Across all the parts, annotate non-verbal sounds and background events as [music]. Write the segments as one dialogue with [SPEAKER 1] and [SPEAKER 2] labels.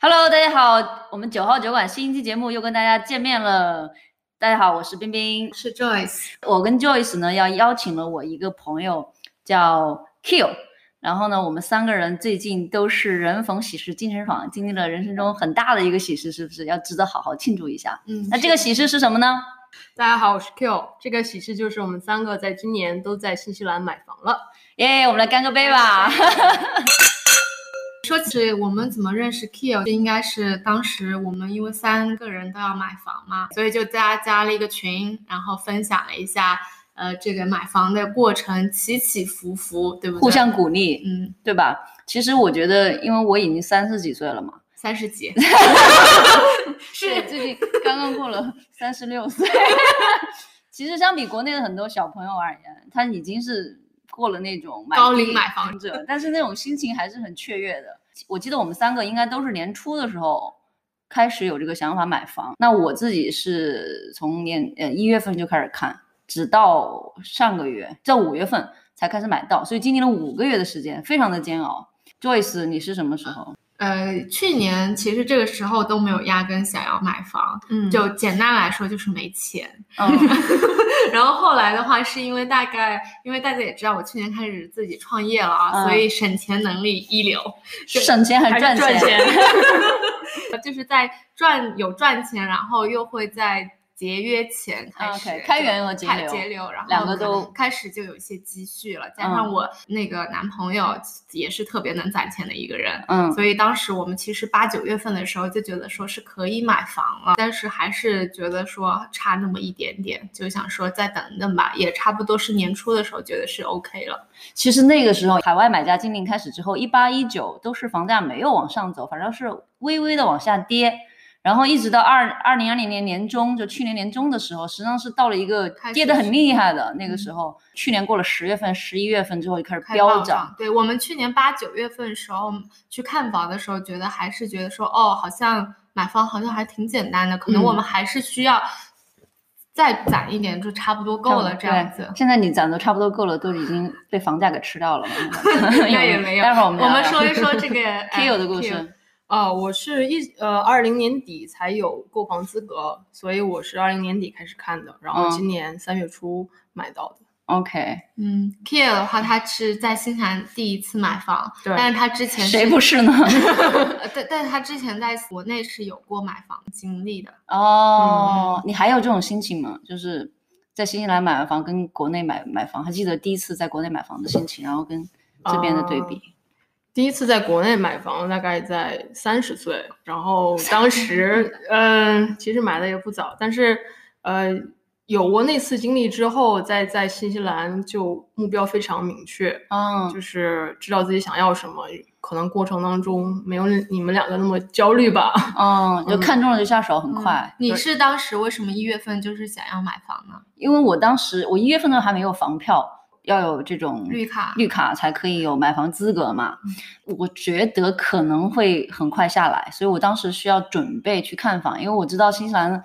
[SPEAKER 1] Hello，大家好，我们九号酒馆新一期节目又跟大家见面了。大家好，我是冰冰。
[SPEAKER 2] 是 Joyce，
[SPEAKER 1] 我跟 Joyce 呢，要邀请了我一个朋友叫 Kill，然后呢，我们三个人最近都是人逢喜事精神爽，经历了人生中很大的一个喜事，是不是要值得好好庆祝一下？
[SPEAKER 2] 嗯
[SPEAKER 1] 那这个喜事是什么呢？
[SPEAKER 2] 大家好，我是 Q。这个喜事就是我们三个在今年都在新西兰买房了。
[SPEAKER 1] 耶、我们来干个杯吧！
[SPEAKER 2] [laughs] 说起我们怎么认识 Q，这应该是当时我们因为三个人都要买房嘛，所以就大家加了一个群，然后分享了一下呃这个买房的过程起起伏伏，对不对？
[SPEAKER 1] 互相鼓励，
[SPEAKER 2] 嗯，
[SPEAKER 1] 对吧？其实我觉得，因为我已经三十几岁了嘛，
[SPEAKER 2] 三十几 [laughs]
[SPEAKER 1] 对最近刚刚过了三十六岁。其实相比国内的很多小朋友而言，他已经是过了那种买
[SPEAKER 2] 高
[SPEAKER 1] 地
[SPEAKER 2] 龄买房
[SPEAKER 1] 者，但是那种心情还是很雀跃的。我记得我们三个应该都是年初的时候开始有这个想法买房。那我自己是从年呃一月份就开始看，直到上个月在五月份才开始买到，所以经历了五个月的时间，非常的煎熬。Joyce，你是什么时候？
[SPEAKER 2] 呃，去年其实这个时候都没有压根想要买房，
[SPEAKER 1] 嗯
[SPEAKER 2] 就简单来说就是没钱。
[SPEAKER 1] 嗯
[SPEAKER 2] 然后后来的话，是因为大概，因为大家也知道，我去年开始自己创业了
[SPEAKER 1] 嗯
[SPEAKER 2] 啊，所以省钱能力一流，
[SPEAKER 1] 省钱还是赚
[SPEAKER 2] 还是
[SPEAKER 1] 钱？
[SPEAKER 2] 赚
[SPEAKER 1] [laughs]
[SPEAKER 2] 就是在赚有赚钱，然后又会在节约钱开始
[SPEAKER 1] 啊 OK，开源和节流
[SPEAKER 2] 开节流，然后
[SPEAKER 1] 两个都
[SPEAKER 2] 可能开始就有一些积蓄了，加上
[SPEAKER 1] 嗯
[SPEAKER 2] 我那个男朋友也是特别能攒钱的一个人，
[SPEAKER 1] 嗯，
[SPEAKER 2] 所以当时我们其实八九月份的时候就觉得说是可以买房了，但是还是觉得说差那么一点点，就想说再等等吧，也差不多是年初的时候觉得是 OK 了。
[SPEAKER 1] 其实那个时候，海外买家禁令开始之后，一八一九都是房价没有往上走，反正是微微的往下跌。然后一直到二二零二零年年中，就去年年中的时候，实际上是到了一个
[SPEAKER 2] 开始
[SPEAKER 1] 跌得很厉害的那
[SPEAKER 2] 嗯
[SPEAKER 1] 个时候。去年过了十月份、十一月份之后就开始
[SPEAKER 2] 开始
[SPEAKER 1] 飙
[SPEAKER 2] 暴
[SPEAKER 1] 涨。
[SPEAKER 2] 涨，对我们去年八九月份时候去看房的时候，觉得还是觉得说哦，好像买房好像还挺简单的，可能
[SPEAKER 1] 嗯
[SPEAKER 2] 我们还是需要再攒一点，就差不多够了这样子
[SPEAKER 1] 对。现在你攒的差不多够了，都已经被房价给吃掉了嘛。
[SPEAKER 2] [laughs] 应
[SPEAKER 1] [laughs]
[SPEAKER 2] 该也没有，
[SPEAKER 1] 待会儿我们
[SPEAKER 2] 我们
[SPEAKER 1] 聊聊
[SPEAKER 2] 说一哎说
[SPEAKER 1] [laughs]
[SPEAKER 2] 这个
[SPEAKER 1] K 的故
[SPEAKER 2] Q
[SPEAKER 1] 事，
[SPEAKER 3] 啊，我是一呃二零年底才有购房资格，所以我是二零年底开始看的，然后
[SPEAKER 1] 嗯
[SPEAKER 3] 今年三月初买到的。
[SPEAKER 1] OK，
[SPEAKER 2] 嗯，Kia 的话，他是在新西兰第一次买房，
[SPEAKER 3] 对
[SPEAKER 2] 但是他之前
[SPEAKER 1] 谁
[SPEAKER 2] 是
[SPEAKER 1] 不是呢？
[SPEAKER 2] 呃但但是他之前在国内是有过买房经历的。
[SPEAKER 1] 哦，你还有这种心情吗？就是在新西兰买完房跟国内买买房，还记得第一次在国内买房的心情，然后跟这边的对比。
[SPEAKER 3] 第一次在国内买房，大概在三十岁，然后当时嗯、其实买的也不早，但是呃有过那次经历之后，在在新西兰就目标非常明确，
[SPEAKER 1] 嗯
[SPEAKER 3] 哦就是知道自己想要什么，可能过程当中没有你们两个那么焦虑吧。 [laughs]
[SPEAKER 1] 嗯，就看中了就下手，很
[SPEAKER 2] 嗯
[SPEAKER 1] 快。
[SPEAKER 2] 你
[SPEAKER 3] 对
[SPEAKER 2] 是当时为什么一月份就是想要买房呢？
[SPEAKER 1] 因为我当时我一月份的时候还没有房票，要有这种
[SPEAKER 2] 绿卡
[SPEAKER 1] 绿卡才可以有买房资格嘛。我觉得可能会很快下来，所以我当时需要准备去看房，因为我知道新西兰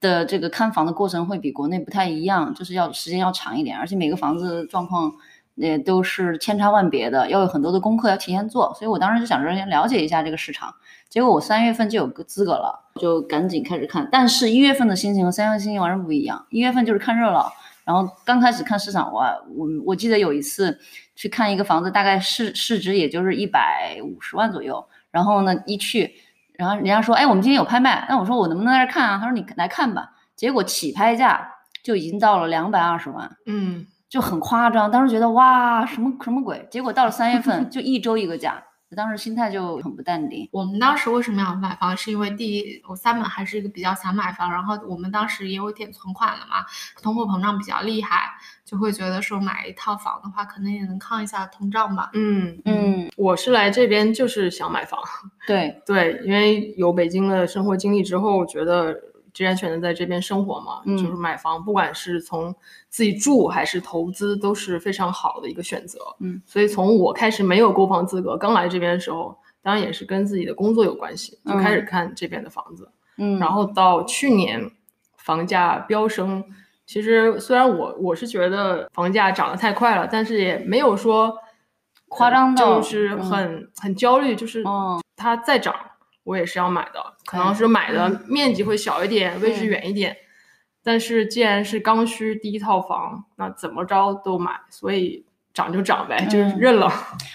[SPEAKER 1] 的这个看房的过程会比国内不太一样，就是要时间要长一点，而且每个房子的状况。也都是千差万别的，要有很多的功课要提前做，所以我当时就想着先了解一下这个市场。结果我三月份就有个资格了，就赶紧开始看。但是，一月份的心情和三月份心情完全不一样。一月份就是看热闹，然后刚开始看市场，我我我记得有一次去看一个房子，大概市市值也就是一百五十万左右。然后呢，一去，然后人家说，哎，我们今天有拍卖，那我说我能不能在这儿看啊？他说你来看吧。结果起拍价就已经到了两百二十万，
[SPEAKER 3] 嗯，
[SPEAKER 1] 就很夸张。当时觉得哇，什么什么鬼？结果到了三月份就一周一个价，当时心态就很不淡定。
[SPEAKER 2] 我们当时为什么要买房？是因为第一，我三本还是一个比较想买房，然后我们当时也有点存款了嘛，通货膨胀比较厉害，就会觉得说买一套房的话，可能也能抗一下通胀吧。
[SPEAKER 3] 嗯，
[SPEAKER 1] 嗯，
[SPEAKER 3] 我是来这边就是想买房，
[SPEAKER 1] 对，
[SPEAKER 3] 对，因为有北京的生活经历之后，觉得既然选择在这边生活嘛，
[SPEAKER 1] 嗯
[SPEAKER 3] 就是买房，不管是从自己住还是投资，都是非常好的一个选择。
[SPEAKER 1] 嗯，
[SPEAKER 3] 所以从我开始没有购房资格，刚来这边的时候，当然也是跟自己的工作有关系，就开始看这边的房子，
[SPEAKER 1] 嗯，
[SPEAKER 3] 然后到去年房价飙升。其实虽然我我是觉得房价涨得太快了，但是也没有说
[SPEAKER 1] 夸张到
[SPEAKER 3] 就是
[SPEAKER 1] 嗯
[SPEAKER 3] 很、很焦虑，就是
[SPEAKER 1] 哦，哎
[SPEAKER 3] 它再涨，我也是要买的，可能是买
[SPEAKER 1] 嗯
[SPEAKER 3] 的面积会小一点，位置远一点。但是既然是刚需第一套房，那怎么着都买，所以涨就涨呗，就是
[SPEAKER 1] 嗯
[SPEAKER 3] 认了。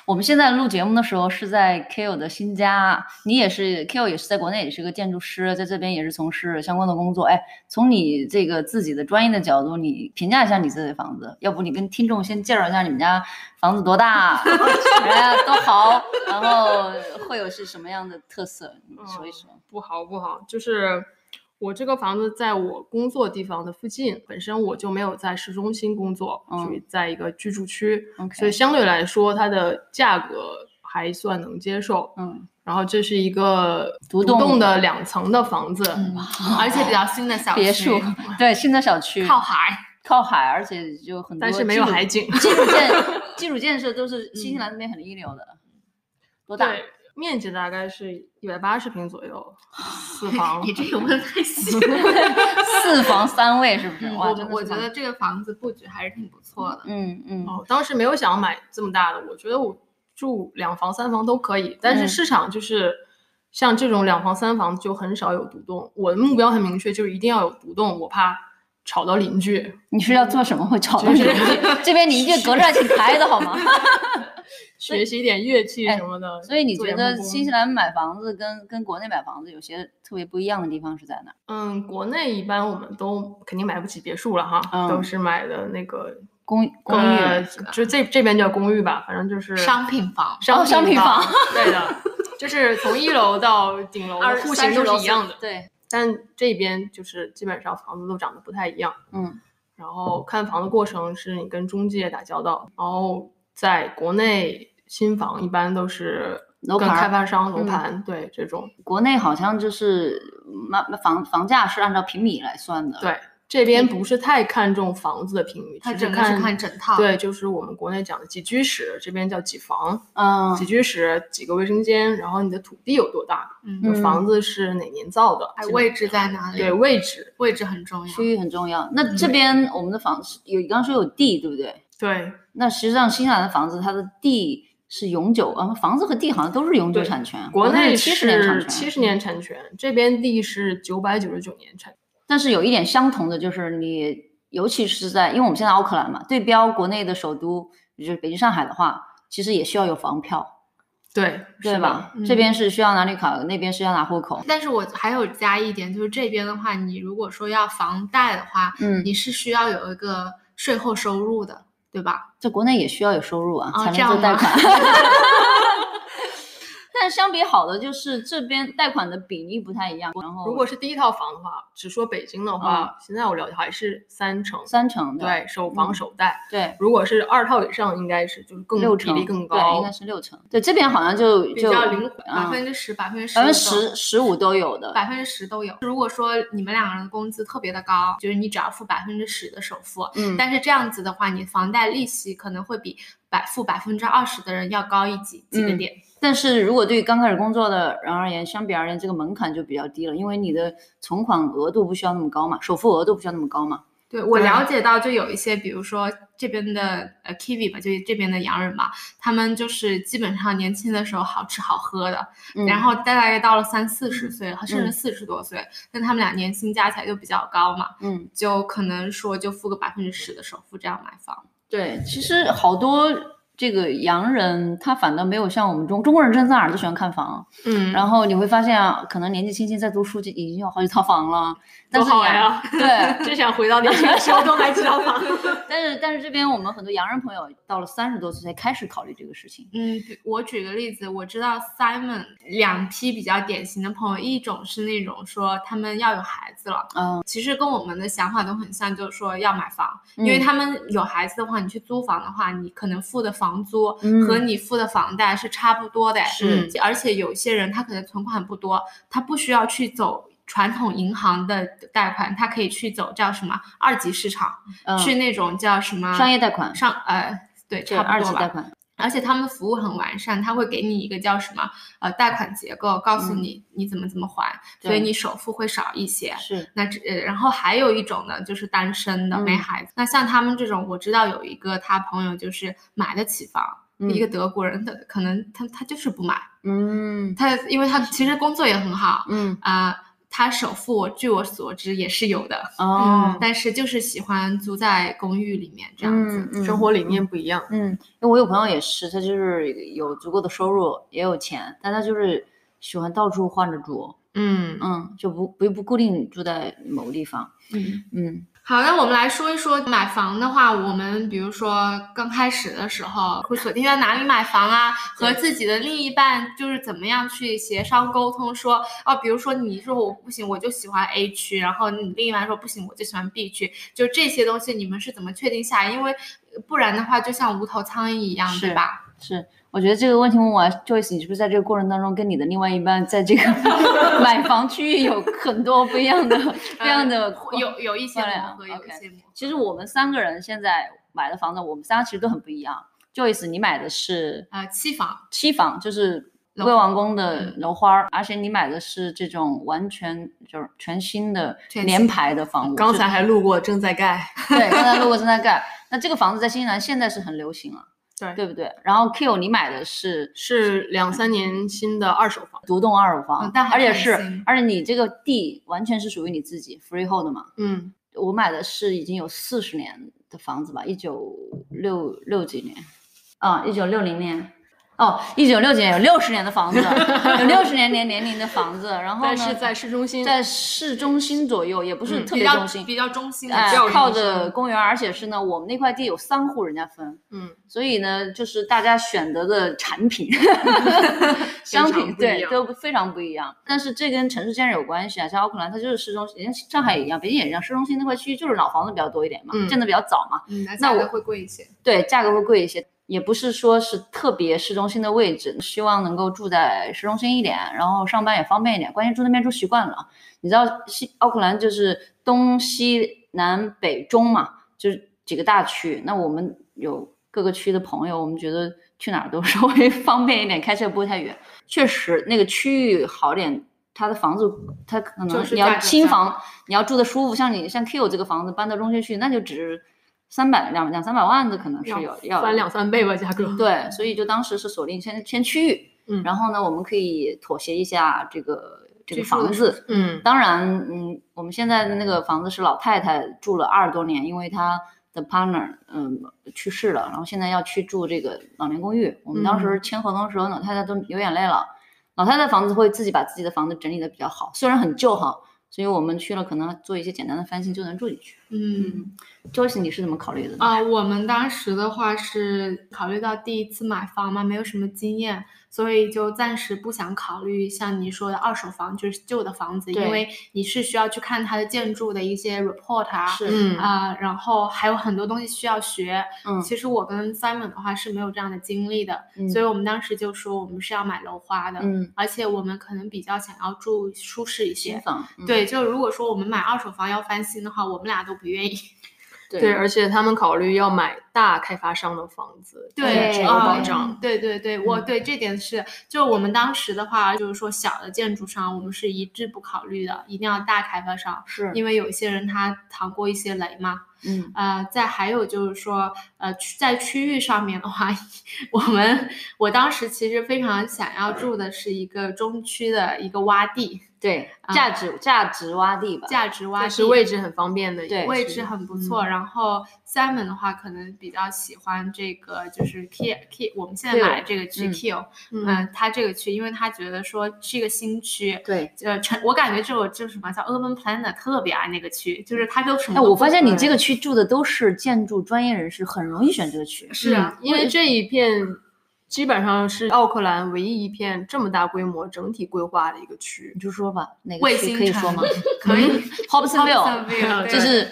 [SPEAKER 1] 我们现在录节目的时候是在 Ko 的新家，啊你也是 Ko 也是在国内也是个建筑师，在这边也是从事相关的工作。哎，从你这个自己的专业的角度，你评价一下你自己的房子，要不你跟听众先介绍一下你们家房子多大， [laughs] 哎呀多豪，然后会有是什么样的特色，你说一说。
[SPEAKER 3] 不好不好，就是我这个房子在我工作地方的附近，本身我就没有在市中心工作，
[SPEAKER 1] 嗯
[SPEAKER 3] 属于在一个居住区，
[SPEAKER 1] OK，
[SPEAKER 3] 所以相对来说它的价格还算能接受。
[SPEAKER 1] 嗯，
[SPEAKER 3] 然后这是一个
[SPEAKER 1] 独栋
[SPEAKER 3] 栋的两层的房子，
[SPEAKER 2] 嗯，而
[SPEAKER 1] [laughs]
[SPEAKER 2] 且比较新的小区，
[SPEAKER 1] 别墅对新的小区
[SPEAKER 2] 靠海，
[SPEAKER 1] 靠海，而且就很多
[SPEAKER 3] 但是没
[SPEAKER 1] 基
[SPEAKER 3] 有
[SPEAKER 1] 础
[SPEAKER 3] 海景。
[SPEAKER 1] 基础建基础建设都是新西兰那边很一流的，
[SPEAKER 3] 嗯
[SPEAKER 1] 多大？
[SPEAKER 3] 对，面积大概是一百八十平左右，
[SPEAKER 1] [laughs]
[SPEAKER 3] 四房
[SPEAKER 2] 你。这个问太细了。
[SPEAKER 1] 四房三卫是不是？
[SPEAKER 2] 嗯
[SPEAKER 1] 哇，
[SPEAKER 2] 我
[SPEAKER 1] 真的
[SPEAKER 2] 我
[SPEAKER 1] 是
[SPEAKER 2] 觉
[SPEAKER 1] 房
[SPEAKER 2] 得，这个房子布局还是挺不错的。
[SPEAKER 1] 嗯嗯，
[SPEAKER 3] 哦，当时没有想买这么大的，我觉得我住两房三房都可以，但是
[SPEAKER 1] 嗯
[SPEAKER 3] 市场就是像这种两房三房就很少有独栋。我的目标很明确，就是一定要有独栋，我怕吵到邻居。
[SPEAKER 1] 你是要做什么会吵到
[SPEAKER 3] 就
[SPEAKER 1] 你
[SPEAKER 3] 是？
[SPEAKER 2] [laughs]
[SPEAKER 1] 这边你一定隔着挺开的好吗？
[SPEAKER 3] 学习一点乐器
[SPEAKER 1] 哎
[SPEAKER 3] 什么的。
[SPEAKER 1] 所以你
[SPEAKER 3] 做
[SPEAKER 1] 觉
[SPEAKER 3] 点
[SPEAKER 1] 得
[SPEAKER 3] 木工
[SPEAKER 1] 新西兰买房子跟跟国内买房子有些特别不一样的地方是在哪？
[SPEAKER 3] 嗯，国内一般我们都肯定买不起别墅了哈，
[SPEAKER 1] 嗯
[SPEAKER 3] 都是买的那个
[SPEAKER 1] 公公寓
[SPEAKER 3] 呃就这这边叫公寓吧，反正就是
[SPEAKER 2] 商品房，
[SPEAKER 1] 哦商品
[SPEAKER 3] 房
[SPEAKER 1] 房，[laughs]
[SPEAKER 3] 对的，就是从一楼到顶楼的户型都是一样的，
[SPEAKER 1] 对，
[SPEAKER 3] 但这边就是基本上房子都长得不太一样。
[SPEAKER 1] 嗯
[SPEAKER 3] 然后看房的过程是你跟中介打交道，然后在国内新房一般都是
[SPEAKER 1] 楼
[SPEAKER 3] 跟
[SPEAKER 1] 盘儿
[SPEAKER 3] 开发商楼
[SPEAKER 1] 嗯
[SPEAKER 3] 盘、对这种，
[SPEAKER 1] 国内好像就是买房房价是按照平米来算的，
[SPEAKER 3] 对这边不是太看重房子的平米，
[SPEAKER 2] 它
[SPEAKER 3] 只
[SPEAKER 2] 整个
[SPEAKER 3] 看
[SPEAKER 2] 是看整套。
[SPEAKER 3] 对，就是我们国内讲的几居室，这边叫几房，
[SPEAKER 1] 嗯
[SPEAKER 3] 几居室几个卫生间，然后你的土地有多大，
[SPEAKER 2] 嗯，
[SPEAKER 3] 你的
[SPEAKER 1] 嗯
[SPEAKER 3] 房子是哪年造的，
[SPEAKER 2] 还有
[SPEAKER 3] 这个
[SPEAKER 2] 位置在哪里？
[SPEAKER 3] 对位置，
[SPEAKER 2] 位置很重要。
[SPEAKER 1] 区域很重要。那这边我们的房是有，你刚刚说有地，对不对？
[SPEAKER 3] 对
[SPEAKER 1] 那实际上新西兰的房子，它的地是永久，啊，房子和地好像都是永久
[SPEAKER 3] 对
[SPEAKER 1] 产权，
[SPEAKER 3] 国内
[SPEAKER 1] 七十年产
[SPEAKER 3] 是
[SPEAKER 1] 权，
[SPEAKER 3] 七十年产权，这边地是九百九十九年产权。
[SPEAKER 1] 但是有一点相同的就是你，尤其是在，因为我们现在奥克兰嘛，对标国内的首都，就是北京、上海的话，其实也需要有房票，
[SPEAKER 3] 对，
[SPEAKER 1] 对
[SPEAKER 3] 是
[SPEAKER 1] 吧？
[SPEAKER 3] 吧？
[SPEAKER 2] 嗯
[SPEAKER 1] 这边是需要拿绿卡，那边是要拿户口。嗯
[SPEAKER 2] 但是我还有加一点，就是这边的话，你如果说要房贷的话，
[SPEAKER 1] 嗯，
[SPEAKER 2] 你是需要有一个税后收入的，对吧？
[SPEAKER 1] 在国内也需要有收入啊，
[SPEAKER 2] 哦
[SPEAKER 1] 才
[SPEAKER 2] 这
[SPEAKER 1] 能
[SPEAKER 2] 样
[SPEAKER 1] 做贷
[SPEAKER 2] 吗
[SPEAKER 1] 款。 [laughs] 但相比好的就是这边贷款的比例不太一样，然后
[SPEAKER 3] 如果是第一套房的话，只说北京的话，现在我了解还是三成，
[SPEAKER 1] 嗯三成的，
[SPEAKER 3] 对，首房
[SPEAKER 1] 嗯
[SPEAKER 3] 首贷。
[SPEAKER 1] 对，
[SPEAKER 3] 如果是二套以上，应该是就是更
[SPEAKER 1] 六
[SPEAKER 3] 嗯比
[SPEAKER 1] 成
[SPEAKER 3] 例更
[SPEAKER 1] 对，
[SPEAKER 3] 高
[SPEAKER 1] 应该。是六成。对，这边好像就
[SPEAKER 2] 比
[SPEAKER 1] 就
[SPEAKER 2] 较灵活，
[SPEAKER 1] 嗯
[SPEAKER 2] 百分之十、百分之十、
[SPEAKER 1] 百分之十、十五都有的。
[SPEAKER 2] 百分之十都有。如果说你们两个人的工资特别的高，就是你只要付百分之十的首付，
[SPEAKER 1] 嗯，
[SPEAKER 2] 但是这样子的话，你房贷利息可能会比百付百分之二十的人要高一几几个
[SPEAKER 1] 嗯
[SPEAKER 2] 点。
[SPEAKER 1] 但是如果对于刚开始工作的人而言，相比而言，这个门槛就比较低了，因为你的存款额度不需要那么高嘛，首付额度不需要那么高嘛。
[SPEAKER 2] 对我
[SPEAKER 3] 对
[SPEAKER 2] 了解到，就有一些，比如说这边的呃 Kiwi 吧，就这边的洋人吧，他们就是基本上年轻的时候好吃好喝的，
[SPEAKER 1] 嗯、
[SPEAKER 2] 然后大概到了三四十岁，甚
[SPEAKER 1] 嗯
[SPEAKER 2] 至四十多岁，那、他们俩年薪加起来就比较高嘛，
[SPEAKER 1] 嗯，
[SPEAKER 2] 就可能说就付个百分之十的首付这样买房。
[SPEAKER 1] 对，其实好多这个洋人他反倒没有像我们中中国人，真在哪儿都喜欢看房，
[SPEAKER 3] 嗯，
[SPEAKER 1] 然后你会发现啊，可能年纪轻轻在读书就已经有好几套房了，但
[SPEAKER 3] 多
[SPEAKER 1] 是啊
[SPEAKER 3] 好
[SPEAKER 1] 洋
[SPEAKER 3] 呀！
[SPEAKER 1] 对，
[SPEAKER 3] 真想回到年轻的时候多买几
[SPEAKER 1] [laughs]
[SPEAKER 3] 套房。
[SPEAKER 1] 但是但是这边我们很多洋人朋友到了三十多岁才开始考虑这个事情。
[SPEAKER 2] 嗯，比我举个例子，我知道 Simon 两批比较典型的朋友，一种是那种说他们要有孩子了，
[SPEAKER 1] 嗯，
[SPEAKER 2] 其实跟我们的想法都很像，就是说要买房，因为
[SPEAKER 1] 嗯
[SPEAKER 2] 他们有孩子的话，你去租房的话，你可能付的房租
[SPEAKER 1] 嗯
[SPEAKER 2] 和你付的房贷是差不多的，嗯
[SPEAKER 3] 是
[SPEAKER 2] 而且有些人他可能存款不多，他不需要去走。传统银行的贷款，他可以去走叫什么二级市场，
[SPEAKER 1] 嗯
[SPEAKER 2] 去那种叫什么
[SPEAKER 1] 商业贷款，
[SPEAKER 2] 上呃对
[SPEAKER 1] 对
[SPEAKER 2] 啊差不
[SPEAKER 1] 二
[SPEAKER 2] 多
[SPEAKER 1] 级
[SPEAKER 2] 吧
[SPEAKER 1] 贷，款，
[SPEAKER 2] 而且他们服务很完善，他会给你一个叫什么呃贷款结构，告诉你你怎么怎么还，所以
[SPEAKER 1] 嗯对
[SPEAKER 2] 你首付会少一些。
[SPEAKER 1] 是
[SPEAKER 2] 那这呃然后还有一种呢，就是单身的
[SPEAKER 1] 嗯
[SPEAKER 2] 没孩子。那像他们这种，我知道有一个他朋友就是买得起房，
[SPEAKER 3] 嗯
[SPEAKER 2] 一个德国人的，可能他他就是不买，
[SPEAKER 3] 嗯
[SPEAKER 2] 他因为他其实工作也很好
[SPEAKER 3] 嗯
[SPEAKER 2] 啊、他首付我据我所知也是有的，
[SPEAKER 1] 哦，
[SPEAKER 2] 但是就是喜欢租在公寓里面嗯这
[SPEAKER 1] 这
[SPEAKER 2] 样
[SPEAKER 1] 样
[SPEAKER 2] 子。
[SPEAKER 1] 子、嗯
[SPEAKER 3] 生活理念不一样。
[SPEAKER 1] 嗯，因为我有朋友也是，他就是有足够的收入，也有钱，但他就是喜欢到处换着住，
[SPEAKER 2] 嗯
[SPEAKER 1] 嗯，就不不不固定住在某个地方，
[SPEAKER 2] 嗯，
[SPEAKER 1] 嗯
[SPEAKER 2] 好，那我们来说一说买房的话，我们比如说刚开始的时候会锁定在哪里买房啊，和自己的另一半就是怎么样去协商沟通说，哦，比如说你说我不行，我就喜欢 A 区，然后你另一半说不行，我就喜欢 B 区，就这些东西你们是怎么确定下来？因为不然的话，就像无头苍蝇一样，对
[SPEAKER 1] 是
[SPEAKER 2] 吧？
[SPEAKER 1] 是，我觉得这个问题问完，Joyce，你是不是在这个过程当中跟你的另外一半在这个 [laughs] 买房区域有很多不一样
[SPEAKER 2] [laughs]
[SPEAKER 1] 的、不一样的
[SPEAKER 2] 呃有有一些
[SPEAKER 1] 漂亮
[SPEAKER 2] 磨合，有一
[SPEAKER 1] OK
[SPEAKER 2] 些磨合。
[SPEAKER 1] 其实我们三个人现在买的房子，我们仨其实都很不一样。Joyce，你买的是
[SPEAKER 2] 呃，期房
[SPEAKER 1] 期房，就是
[SPEAKER 2] 楼
[SPEAKER 1] 魏
[SPEAKER 2] 花
[SPEAKER 1] 王宫的
[SPEAKER 2] 嗯
[SPEAKER 1] 楼花儿，而且你买的是这种完全就是全新的
[SPEAKER 2] 全
[SPEAKER 1] 联
[SPEAKER 2] 新
[SPEAKER 1] 排的房屋。
[SPEAKER 3] 刚
[SPEAKER 1] 就
[SPEAKER 3] 才还路过，正在盖。
[SPEAKER 1] 对，刚才路过正在盖。那这个房子在新西兰现在是很流行
[SPEAKER 2] [laughs]
[SPEAKER 1] 了，
[SPEAKER 3] 对
[SPEAKER 1] 对不对？然后 Q，你买的是
[SPEAKER 3] 是两三年新的二手房。
[SPEAKER 1] 独栋二手房，
[SPEAKER 2] 嗯但还
[SPEAKER 1] 而且
[SPEAKER 2] 很
[SPEAKER 1] 是
[SPEAKER 2] 新
[SPEAKER 1] 而且你这个地完全是属于你自己 freehold 的嘛？
[SPEAKER 3] 嗯，
[SPEAKER 1] 我买的是已经有四十年的房子吧，一九六六几年，啊，一九六零年，哦，一九六几年有六十年的
[SPEAKER 2] [laughs]
[SPEAKER 1] 房子，有六十年年年龄的房子，然后呢，
[SPEAKER 3] 但是在市中心，
[SPEAKER 1] 在市中心左右，也不是
[SPEAKER 3] 嗯
[SPEAKER 1] 特
[SPEAKER 2] 比
[SPEAKER 1] 别
[SPEAKER 2] 较
[SPEAKER 1] 中心，
[SPEAKER 2] 比较中心的
[SPEAKER 1] 哎
[SPEAKER 2] 教育，
[SPEAKER 1] 靠着公园，而且是呢，我们那块地有三户人家分，
[SPEAKER 3] 嗯，
[SPEAKER 1] 所以呢，就是大家选择的产品、商品
[SPEAKER 3] 非常不一
[SPEAKER 1] 对
[SPEAKER 3] 样
[SPEAKER 1] 都非常不一样。但是这跟城市建设有关系啊，像奥克兰它就是市中心，人家上海也一样，北京也一样，市中心那块区域就是老房子比较多一点嘛，
[SPEAKER 3] 嗯
[SPEAKER 1] 建的比较早嘛，
[SPEAKER 2] 嗯，那
[SPEAKER 1] 那
[SPEAKER 2] 价格
[SPEAKER 1] 我
[SPEAKER 2] 会贵一些。
[SPEAKER 1] 对，价格会贵一些。也不是说是特别市中心的位置，希望能够住在市中心一点，然后上班也方便一点。关键住那边住习惯了，你知道西奥克兰就是东西南北中嘛，就是几个大区。那我们有各个区的朋友，我们觉得去哪儿都 [laughs] 稍微方便一点，开车也不会太远。确实，那个区域好点，它的房子它可
[SPEAKER 2] 就
[SPEAKER 1] 能
[SPEAKER 2] 是
[SPEAKER 1] 你
[SPEAKER 2] 价
[SPEAKER 1] 要
[SPEAKER 2] 格
[SPEAKER 1] 新
[SPEAKER 2] 战
[SPEAKER 1] 房，你要住的舒服，像你像 Q 这个房子搬到中心去，那就只三百两两三百万的可能是有要
[SPEAKER 3] 翻两三倍吧，价格。
[SPEAKER 1] 对，所以就当时是锁定先先区域，
[SPEAKER 3] 嗯
[SPEAKER 1] 然后呢，我们可以妥协一下这个这个
[SPEAKER 2] 居住的
[SPEAKER 1] 房子。
[SPEAKER 3] 嗯
[SPEAKER 1] 当然，嗯，我们现在的那个房子是老太太住了二十多年，因为她的 partner 嗯去世了，然后现在要去住这个老年公寓。我们当
[SPEAKER 2] 嗯
[SPEAKER 1] 时签合同的时候，老太太都流眼泪了。老太太房子会自己把自己的房子整理的比较好，虽然很旧哈，所以我们去了可能做一些简单的翻新就能住进去。
[SPEAKER 2] 嗯，
[SPEAKER 1] Joyce，你是怎么考虑的呢？
[SPEAKER 2] 啊、我们当时的话是考虑到第一次买房嘛，没有什么经验，所以就暂时不想考虑像你说的二手房，就是旧的房子，
[SPEAKER 1] 对
[SPEAKER 2] 因为你是需要去看它的建筑的一些 report 啊，
[SPEAKER 3] [laughs] 嗯
[SPEAKER 2] 啊、然后还有很多东西需要学。
[SPEAKER 1] 嗯
[SPEAKER 2] 其实我跟 Simon 的话是没有这样的经历的，
[SPEAKER 1] 嗯
[SPEAKER 2] 所以我们当时就说我们是要买楼花的，
[SPEAKER 1] 嗯，
[SPEAKER 2] 而且我们可能比较想要住舒适一
[SPEAKER 1] 新
[SPEAKER 2] 些。
[SPEAKER 1] 房，嗯
[SPEAKER 2] 对，就如果说我们买二手房要翻新的话，我们俩都不愿意。
[SPEAKER 3] 对，而且他们考虑要买大开发商的房子，
[SPEAKER 2] 对
[SPEAKER 3] 只有
[SPEAKER 2] 啊
[SPEAKER 3] 哎保障。
[SPEAKER 2] 对对对，我
[SPEAKER 3] 嗯
[SPEAKER 2] 对这点是，就我们当时的话，就是说小的建筑商，我们是一致不考虑的，一定要大开发商，
[SPEAKER 1] 是，
[SPEAKER 2] 因为有一些人他扛过一些雷嘛。
[SPEAKER 1] 嗯，
[SPEAKER 2] 呃，再还有就是说，呃，区在区域上面的话，我们我当时其实非常想要住的是一个中区的一个洼地，
[SPEAKER 1] 对，
[SPEAKER 2] 啊
[SPEAKER 1] 价值价值洼地吧，
[SPEAKER 2] 价值洼
[SPEAKER 3] 但
[SPEAKER 2] 地，
[SPEAKER 3] 嗯是位置嗯很方便的一个
[SPEAKER 1] 对
[SPEAKER 3] 区，
[SPEAKER 2] 嗯位置很不错。然后 Simon 的话，可能比较喜欢这个，就是 K K，我们现在
[SPEAKER 1] Kiel，
[SPEAKER 2] 买的这个区
[SPEAKER 1] 嗯
[SPEAKER 2] K，
[SPEAKER 3] 嗯
[SPEAKER 2] 嗯，他这个区，因为他觉得说是一个新区。
[SPEAKER 1] 对。
[SPEAKER 2] 呃，城，我感觉这种就是什么叫 urban planner 特别啊爱那个区，就是他都什么
[SPEAKER 1] 哎，
[SPEAKER 2] 都不。
[SPEAKER 1] 我发现你这
[SPEAKER 2] 嗯
[SPEAKER 1] 个区住的都是建筑专业人士，很容易选这个区。
[SPEAKER 2] 是啊
[SPEAKER 3] 嗯，因为这一片基本上是奥克兰唯一一片这么大规模整体规划的一个区
[SPEAKER 1] 你。就说吧，哪
[SPEAKER 2] 卫
[SPEAKER 1] 个区
[SPEAKER 2] 星
[SPEAKER 1] 可以
[SPEAKER 2] 城
[SPEAKER 1] 说吗？ [laughs]
[SPEAKER 2] 可以
[SPEAKER 1] 嗯 Hobsonville，
[SPEAKER 2] Hobsonville，
[SPEAKER 1] 就
[SPEAKER 2] 对
[SPEAKER 1] 嗯是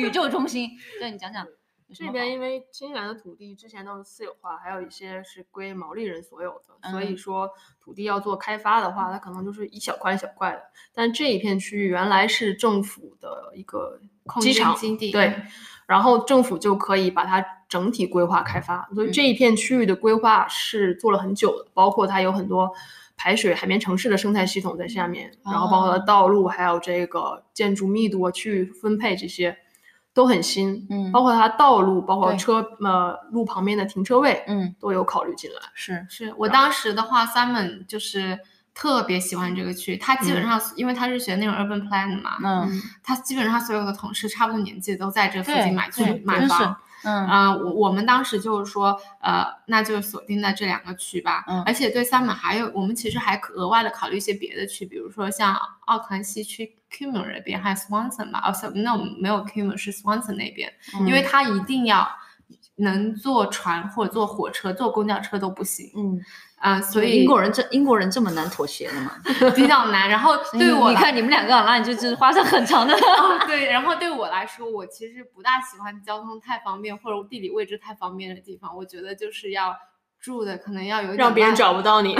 [SPEAKER 2] [laughs]
[SPEAKER 1] 宇宙中心。对你讲讲有什么
[SPEAKER 3] 这
[SPEAKER 1] 好
[SPEAKER 3] 边因为新西兰的土地之前都是私有化，还有一些是归毛利人所有的，所以
[SPEAKER 1] 嗯
[SPEAKER 3] 说土地要做开发的话，它可能就是一小块一小块的。但这一片区域原来是政府的一个
[SPEAKER 2] 空
[SPEAKER 3] 机
[SPEAKER 2] 军
[SPEAKER 3] 场，
[SPEAKER 2] 基地，嗯
[SPEAKER 3] 对，然后政府就可以把它整体规划开发。所以这一片区域的规划是做了很久的，包括它有很多排水、海绵城市的生态系统在下面，然后包括它道路还有这个建筑密度啊、区域分配这些。都很新，
[SPEAKER 1] 嗯
[SPEAKER 3] 包括它道路，包括
[SPEAKER 2] 对
[SPEAKER 3] 车呃路旁边的停车位
[SPEAKER 1] 嗯
[SPEAKER 3] 都有考虑进来。
[SPEAKER 1] 是
[SPEAKER 2] 是我当时的话，Simon 就是特别喜欢这个区，他基本上、因为他是学那种 urban plan 的嘛，
[SPEAKER 1] 嗯
[SPEAKER 2] 他基本上所有的同事差不多年纪都在这附
[SPEAKER 1] 对
[SPEAKER 2] 近买
[SPEAKER 1] 对
[SPEAKER 2] 去买
[SPEAKER 1] 真是
[SPEAKER 2] 房。
[SPEAKER 1] 嗯
[SPEAKER 2] 啊、我我们当时就是说，呃，那就锁定在这两个区吧。
[SPEAKER 1] 嗯
[SPEAKER 2] 而且对三门还有，我们其实还可额外的考虑一些别的区，比如说像奥克兰西区 Cumul 那边，还有 Swanson 吧。哦，sorry，那我们没有 Cumul，是 Swanson 那边，
[SPEAKER 1] 嗯
[SPEAKER 2] 因为它一定要能坐船或者坐火车、坐公交车都不行
[SPEAKER 3] 嗯，
[SPEAKER 2] 啊、所以
[SPEAKER 1] 英国人这英国人这么难妥协的
[SPEAKER 2] [laughs]
[SPEAKER 1] 吗？
[SPEAKER 2] 比较难。然后
[SPEAKER 1] [laughs]
[SPEAKER 2] 对我
[SPEAKER 1] 你
[SPEAKER 2] 来
[SPEAKER 1] 看你们两个啊，那你就是花上很长的。
[SPEAKER 2] 哦，对，然后对我来说，我其实不大喜欢交通太方便或者地理位置太方便的地方。我觉得就是要住的可能要嗯有一
[SPEAKER 3] 让
[SPEAKER 2] 点
[SPEAKER 3] 别人
[SPEAKER 2] 慢
[SPEAKER 3] 找不到你。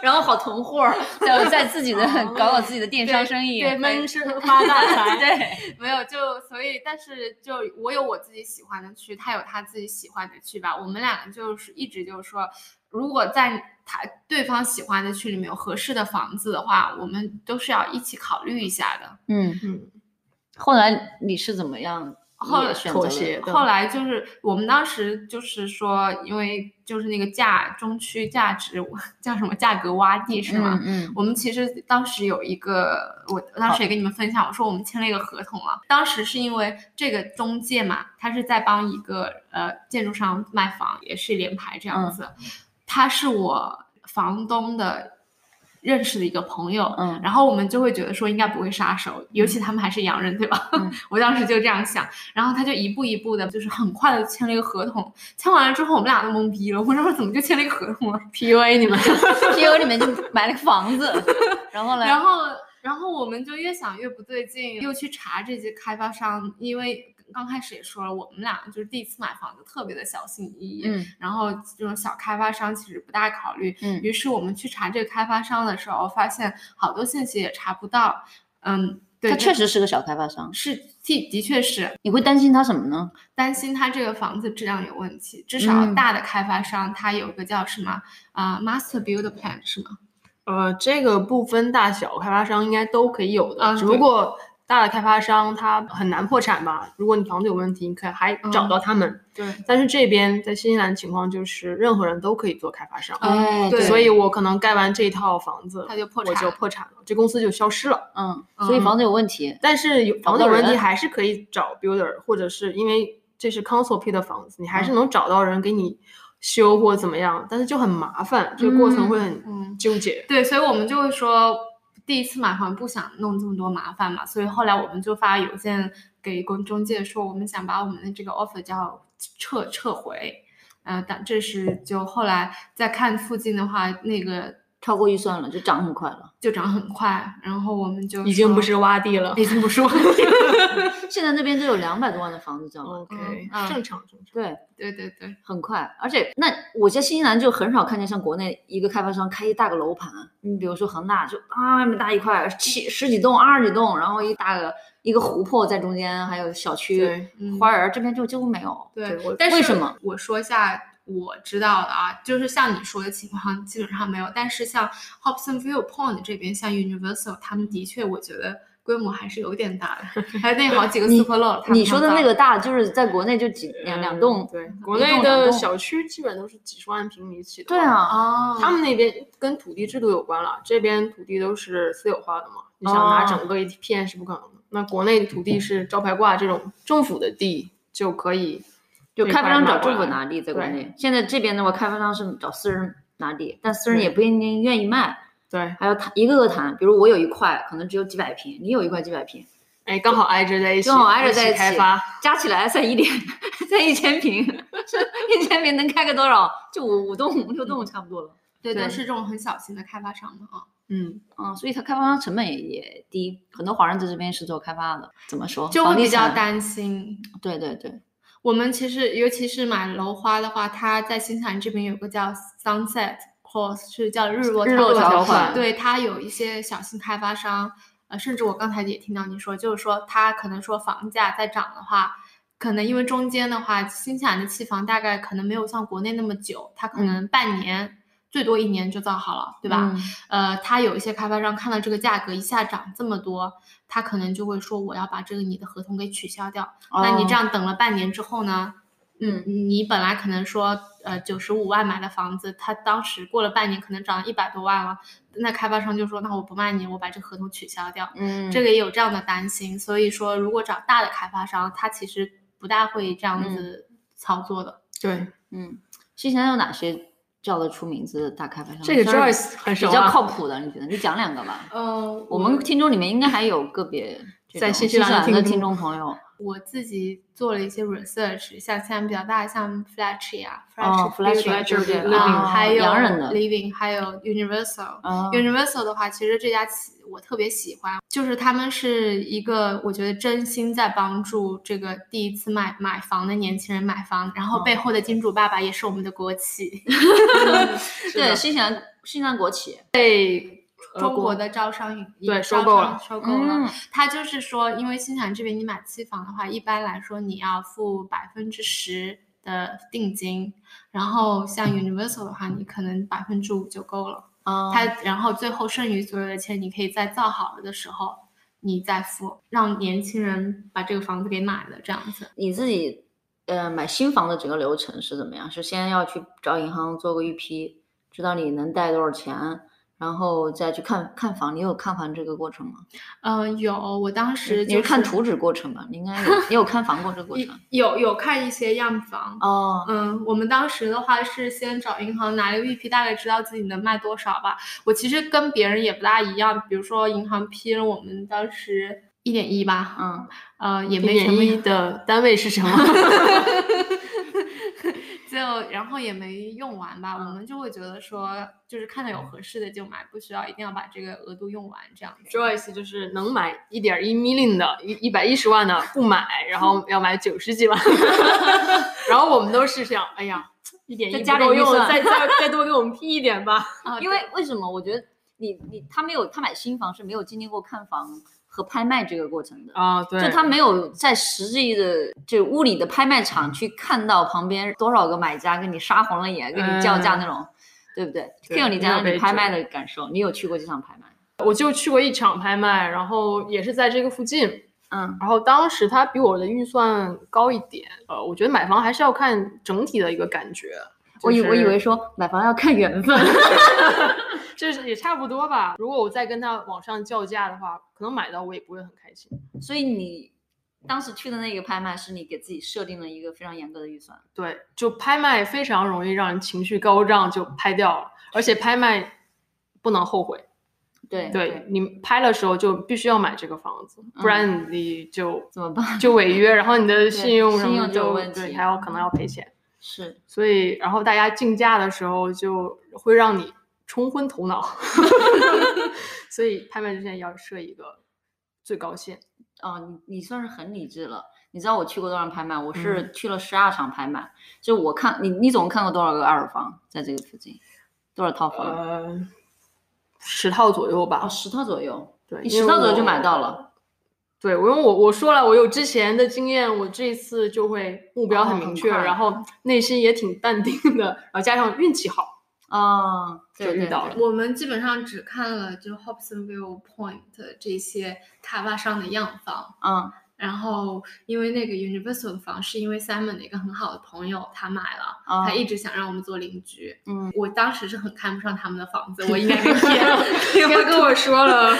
[SPEAKER 1] 然后好囤货儿，在在自己的搞搞自己的电商生意。
[SPEAKER 2] 哦对
[SPEAKER 3] 闷声发大
[SPEAKER 2] [laughs]
[SPEAKER 3] 财。
[SPEAKER 1] 对，
[SPEAKER 2] 没有就所以，但是就我有我自己喜欢的区，他有他自己喜欢的区吧。我们两个就是一直就是说，如果在他对方喜欢的区里面有合适的房子的话，我们都是要一起考虑一下的。
[SPEAKER 1] 嗯。
[SPEAKER 3] [laughs] 嗯，
[SPEAKER 1] 后来你是怎么样？
[SPEAKER 2] 后来
[SPEAKER 1] 也选择了
[SPEAKER 3] 妥协对
[SPEAKER 2] 后来就是我们当时就是说，因为就是那个价中区价值叫什么价格洼地是吗？
[SPEAKER 1] 嗯嗯
[SPEAKER 2] 我们其实当时有一个，我当时也跟你们分享，我说我们签了一个合同了。当时是因为这个中介嘛，他是在帮一个呃建筑商卖房，也是联排这样
[SPEAKER 1] 嗯
[SPEAKER 2] 子。他是我房东的认识的一个朋友，
[SPEAKER 1] 嗯
[SPEAKER 2] 然后我们就会觉得说应该不会杀手，尤其他们还是洋人，对吧？
[SPEAKER 1] 嗯
[SPEAKER 2] [laughs] 我当时就这样想，然后他就一步一步的，就是很快的签了一个合同。签完了之后，我们俩都懵逼了，我说怎么就签了一个合同啊了？
[SPEAKER 3] PUA 你们，
[SPEAKER 1] ，P O 里面就买了个房子，然后呢？
[SPEAKER 2] 然后，然后我们就越想越不对劲，又去查这些开发商，因为刚开始也说了，我们俩就是第一次买房子，特别的小心翼翼。
[SPEAKER 1] 嗯
[SPEAKER 2] 然后这种小开发商其实不大考虑，
[SPEAKER 1] 嗯
[SPEAKER 2] 于是我们去查这个开发商的时候，发现好多信息也查不到。嗯，对，
[SPEAKER 1] 他
[SPEAKER 2] 就
[SPEAKER 1] 确实是个小开发商，
[SPEAKER 2] 是的，的确是
[SPEAKER 1] 你会担心他什么呢？
[SPEAKER 2] 担心他这个房子质量有问题。至少
[SPEAKER 1] 嗯
[SPEAKER 2] 大的开发商，他有个叫什么啊、m a s t e r Build Plan 是吗？
[SPEAKER 3] 呃，这个不分大小，开发商应该都可以有的，
[SPEAKER 2] 啊
[SPEAKER 3] 只
[SPEAKER 2] 对
[SPEAKER 3] 不过大的开发商他很难破产吧？如果你房子有问题，你可以还找
[SPEAKER 2] 嗯
[SPEAKER 3] 到他们。
[SPEAKER 2] 对，
[SPEAKER 3] 但是这边在新西兰情况就是，任何人都可以做开发商。
[SPEAKER 2] 嗯
[SPEAKER 1] 哎，
[SPEAKER 2] 对
[SPEAKER 3] 所以我可能盖完这套房子，
[SPEAKER 2] 他就破
[SPEAKER 3] 我就
[SPEAKER 2] 产
[SPEAKER 3] 破产了，这公司就消失了。
[SPEAKER 1] 嗯，所以房子有问题，
[SPEAKER 3] 但是有房子
[SPEAKER 1] 找
[SPEAKER 3] 有
[SPEAKER 1] 不到人
[SPEAKER 3] 问题，还是可以找 builder，或者是因为这是 council 批的房子，你还是
[SPEAKER 2] 嗯
[SPEAKER 3] 能找到人给你修或怎么样，但是就很麻烦，这个过程会
[SPEAKER 2] 嗯
[SPEAKER 3] 很纠结。
[SPEAKER 2] 对，所以我们就会说，第一次买房不想弄这么多麻烦嘛，所以后来我们就发邮件给公中介说，我们想把我们的这个 offer 叫撤撤回。呃，但这是就后来再看附近的话，那个
[SPEAKER 1] 超过预算了，就涨很快了。
[SPEAKER 2] 就涨很快，然后我们就
[SPEAKER 3] 已经
[SPEAKER 2] 说
[SPEAKER 3] 不是洼地了。
[SPEAKER 2] 已经不是我
[SPEAKER 1] 现在那边都有两百多万的房子，知道吗？
[SPEAKER 3] 哦 OK，
[SPEAKER 2] 嗯
[SPEAKER 3] 正常正常。
[SPEAKER 1] 对，
[SPEAKER 2] [laughs] 对对对，
[SPEAKER 1] 很快，而且那我在新西兰就很少看见像国内一个开发商开一大个楼盘，你比如说恒大就啊那么大一块，七十几栋、二十几栋，然后一大个一个湖泊在中间，还有小区、
[SPEAKER 3] 对
[SPEAKER 2] 嗯
[SPEAKER 1] 花园，这边就几乎没有。
[SPEAKER 2] 对
[SPEAKER 3] 对我，
[SPEAKER 2] 但是
[SPEAKER 1] 为什么？
[SPEAKER 2] 我说一下我知道的啊，就是像你说的情况基本上没有，但是像 Hobson Viewpoint 这边，像 Universal 他们的确，我觉得规模还是有点大
[SPEAKER 1] [laughs]
[SPEAKER 2] 的，还有那好几个
[SPEAKER 1] 你
[SPEAKER 2] Super Lot。
[SPEAKER 1] 你说的那个大就是在国内就几两两栋
[SPEAKER 3] 嗯，对，国
[SPEAKER 1] 一栋两
[SPEAKER 3] 内的
[SPEAKER 1] 栋
[SPEAKER 3] 小区基本都是几十万平米起的。
[SPEAKER 1] 对，啊，
[SPEAKER 2] 哦，
[SPEAKER 3] 他们那边跟土地制度有关了，这边土地都是私有化的嘛，你想
[SPEAKER 1] 哦
[SPEAKER 3] 拿整个一片是不可能的。那国内土地是招牌挂这种政府的地就可以，
[SPEAKER 1] 就开发商找政府
[SPEAKER 3] 拿。
[SPEAKER 1] 拿地，在国
[SPEAKER 3] 对
[SPEAKER 1] 内现在这边的话，开发商是找私人拿地，但私人
[SPEAKER 3] 对
[SPEAKER 1] 也不一定愿意卖，
[SPEAKER 3] 对，
[SPEAKER 1] 还要谈一个个谈，比如我有一块可能只有几百平，你有一块几百平。
[SPEAKER 3] 哎，刚好挨着在一起，
[SPEAKER 1] 正好挨着在一
[SPEAKER 3] 一
[SPEAKER 1] 起
[SPEAKER 3] 开发，
[SPEAKER 1] 加起来才一点， [laughs] 才一千平，这一千平能开个多少？就五五栋、五六栋差不多了。
[SPEAKER 2] 对
[SPEAKER 3] 对
[SPEAKER 2] 都是这种很小型的开发商嘛啊。
[SPEAKER 3] 嗯，
[SPEAKER 1] 嗯，所以它开发商成本也也低，很多华人在这边是做开发的。怎么说？
[SPEAKER 2] 就
[SPEAKER 1] 房
[SPEAKER 2] 会
[SPEAKER 1] 地
[SPEAKER 2] 比较
[SPEAKER 1] 产。
[SPEAKER 2] 担心。
[SPEAKER 1] 对对对，
[SPEAKER 2] 我们其实，尤其是买楼花的话，它在新西兰这边有个叫 Sunset Clause，是叫日落
[SPEAKER 1] 日落
[SPEAKER 2] 条
[SPEAKER 1] 条
[SPEAKER 3] 款
[SPEAKER 2] 对，它有一些小型开发商，呃，甚至我刚才也听到你说，就是说它可能说房价在涨的话，可能因为
[SPEAKER 1] 嗯
[SPEAKER 2] 中间的话，新西兰的期房大概可能没有像国内那么久，它可能半年。最多一年就造好了，对吧？呃，他有一些开发商看到这个价格一下涨这么多，他可能就会说我要把这个你的合同给取消掉。那
[SPEAKER 1] 哦
[SPEAKER 2] 你这样等了半年之后呢？
[SPEAKER 3] 嗯，
[SPEAKER 2] 你本来可能说呃九十五万买的房子，他当时过了半年可能涨一百多万了，那开发商就说那我不卖你，我把这个合同取消掉。
[SPEAKER 3] 嗯
[SPEAKER 2] 这个也有这样的担心，所以说如果找大的开发商，他其实不大会这样子操作的。
[SPEAKER 3] 对
[SPEAKER 1] 嗯，新西兰有哪些叫得出名字的大开发商？
[SPEAKER 3] 这个
[SPEAKER 1] 算是
[SPEAKER 3] Joyce 很
[SPEAKER 1] 比
[SPEAKER 3] 熟
[SPEAKER 1] 较
[SPEAKER 3] 啊，
[SPEAKER 1] 靠谱的，你觉得？你讲两个吧。
[SPEAKER 2] 呃，
[SPEAKER 1] 我们听众里面应该还有个别这
[SPEAKER 3] 在
[SPEAKER 1] 种
[SPEAKER 3] 新西
[SPEAKER 1] 西
[SPEAKER 3] 兰的
[SPEAKER 1] 兰的
[SPEAKER 3] 听
[SPEAKER 1] 听
[SPEAKER 3] 众
[SPEAKER 1] 众朋友，
[SPEAKER 2] 我自己做了一些 research，像现在比较大的，像 Fletcher 啊
[SPEAKER 1] 哦
[SPEAKER 2] ，Fletcher
[SPEAKER 1] ，Fletcher
[SPEAKER 2] Building，
[SPEAKER 1] Building，
[SPEAKER 2] 啊
[SPEAKER 3] 啊
[SPEAKER 2] 还有
[SPEAKER 1] 洋人的
[SPEAKER 2] Living，还有 Universal。
[SPEAKER 3] 嗯
[SPEAKER 1] 啊
[SPEAKER 2] Universal 的话，其实这家企我特别喜欢，就是他们是一个我觉得真心在帮助这个第一次买买房的年轻人买房，然后
[SPEAKER 3] 嗯
[SPEAKER 1] 哦
[SPEAKER 2] 背后的金主爸爸也是我们的国企，
[SPEAKER 1] 对，新西兰新西兰国企，
[SPEAKER 2] [laughs] 中国的招商引
[SPEAKER 3] 呃
[SPEAKER 2] 招
[SPEAKER 3] 对收购
[SPEAKER 2] 商
[SPEAKER 3] 了嗯
[SPEAKER 2] 收购了。他就是说，因为新西兰这边你买期房的话，一般来说你要付百分之十的定金，然后像
[SPEAKER 3] 嗯
[SPEAKER 2] Universal 的话，你可能百分之五就够了。
[SPEAKER 1] 啊，
[SPEAKER 2] 它然后最后剩余所有的钱，你可以在造好了的时候你再付，让年轻人把这个房子给买了，这样子。
[SPEAKER 1] 你自己呃买新房的整个流程是怎么样？是先要去找银行做个预批，知道你能贷多少钱，然后再去看看房。你有看房这个过程吗？
[SPEAKER 2] 嗯、有，我当时
[SPEAKER 1] 你
[SPEAKER 2] 就是
[SPEAKER 1] 看图纸过程吧？你应该有，你有看房过这个
[SPEAKER 2] [laughs]
[SPEAKER 1] 过程？
[SPEAKER 2] 有有看一些样房，
[SPEAKER 1] 哦，
[SPEAKER 2] 嗯，我们当时的话是先找银行拿了个预批，大概知道自己能卖多少吧。我其实跟别人也不大一样，比如说银行批了我们当时一点一吧，
[SPEAKER 1] 嗯，
[SPEAKER 2] 呃，也
[SPEAKER 3] 一
[SPEAKER 2] 没什
[SPEAKER 3] 点
[SPEAKER 2] 么
[SPEAKER 3] 一
[SPEAKER 2] 用，
[SPEAKER 3] 的单位是什么？
[SPEAKER 2] 就然后也没用完吧。我
[SPEAKER 1] 嗯
[SPEAKER 2] 们就会觉得说，就是看到有合适的就买，不需要一定要把这个额度用完这样子。
[SPEAKER 3] Joyce 就是能买一点一 million 的，一一百一十万的不买，然
[SPEAKER 1] [laughs]
[SPEAKER 3] 后要买九十几万，然后我们都是这样，哎呀，一点
[SPEAKER 1] 再
[SPEAKER 3] 一
[SPEAKER 1] 加
[SPEAKER 3] 不够
[SPEAKER 1] 点预
[SPEAKER 3] 用了，
[SPEAKER 1] 算
[SPEAKER 3] 再再再多给我们批一
[SPEAKER 1] [laughs]
[SPEAKER 3] 点吧。
[SPEAKER 2] 啊，
[SPEAKER 1] 因为为什么？我觉得你你他没有他买新房是没有经历过看房和拍卖这个过程的。
[SPEAKER 3] 啊，对
[SPEAKER 1] 就他没有在实际的这屋里的拍卖场去看到旁边多少个买家跟你杀红了眼，跟你叫价那种，对不对
[SPEAKER 3] 嗯对
[SPEAKER 1] k i 你讲
[SPEAKER 3] 没
[SPEAKER 1] 讲
[SPEAKER 3] 有
[SPEAKER 1] 你
[SPEAKER 3] 被
[SPEAKER 1] 拍卖的感受，你有去过这场拍卖？
[SPEAKER 3] 我就去过一场拍卖，然后也是在这个附近，
[SPEAKER 1] 嗯
[SPEAKER 3] 然后当时他比我的预算高一点，呃，我觉得买房还是要看整体的一个感觉。
[SPEAKER 1] 我以
[SPEAKER 3] 就是
[SPEAKER 1] 我以为说买房要看缘分，
[SPEAKER 3] [laughs] 这是也差不多吧。如果我再跟他往上叫价的话，可能买到我也不会很开心。
[SPEAKER 1] 所以你当时去的那个拍卖是你给自己设定了一个非常严格的预算。
[SPEAKER 3] 对，就拍卖非常容易让人情绪高涨，就拍掉了。而且拍卖不能后悔，
[SPEAKER 1] 对
[SPEAKER 3] 对你拍的时候就必须要买这个房子，不然你就、
[SPEAKER 1] 嗯 [laughs] 怎么办？
[SPEAKER 3] 就违约，然后你的信用什
[SPEAKER 1] 信
[SPEAKER 3] 么
[SPEAKER 1] 用就有
[SPEAKER 3] 就
[SPEAKER 1] 问
[SPEAKER 3] 对
[SPEAKER 1] 题嗯
[SPEAKER 3] 还要可能要赔钱。
[SPEAKER 1] 是
[SPEAKER 3] 所以，然后大家竞价的时候就会让你冲昏头脑， [laughs] 所以拍卖之前要设一个最高线。
[SPEAKER 1] 哦，你你算是很理智了。你知道我去过多少场拍卖？我是去了十二场拍卖，就我看你你总共看过多少个二房在这个附近？多少套房？
[SPEAKER 3] 呃，十套左右吧
[SPEAKER 1] 哦，。十套左右，
[SPEAKER 3] 对，
[SPEAKER 1] 你哦
[SPEAKER 3] 因
[SPEAKER 1] 十
[SPEAKER 3] 为
[SPEAKER 1] 套左右
[SPEAKER 3] 我
[SPEAKER 1] 就买到。了，
[SPEAKER 3] 对，我因为我我说了，我有之前的经验，我这一次就会目标
[SPEAKER 1] 哦
[SPEAKER 3] 很
[SPEAKER 1] 很
[SPEAKER 3] 明确，
[SPEAKER 1] 快
[SPEAKER 3] 然后内心也挺淡定的，然后加上运气 [laughs] 好，
[SPEAKER 1] 啊，
[SPEAKER 3] 就
[SPEAKER 1] 对
[SPEAKER 3] 遇
[SPEAKER 1] 对
[SPEAKER 3] 到
[SPEAKER 1] 对
[SPEAKER 2] 我们基本上只看了就 Hobsonville Point 这些开发商的样房，
[SPEAKER 1] 嗯
[SPEAKER 2] 然后因为那个 Universal 的房是因为 Simon 的一个很好的朋友他买了，
[SPEAKER 1] 啊
[SPEAKER 2] 他一直想让我们做邻居。
[SPEAKER 1] 嗯，
[SPEAKER 2] 我当时是很看不上他们的房子，我应该被 [laughs] 骗了，
[SPEAKER 3] 因为跟我说 [laughs] 了，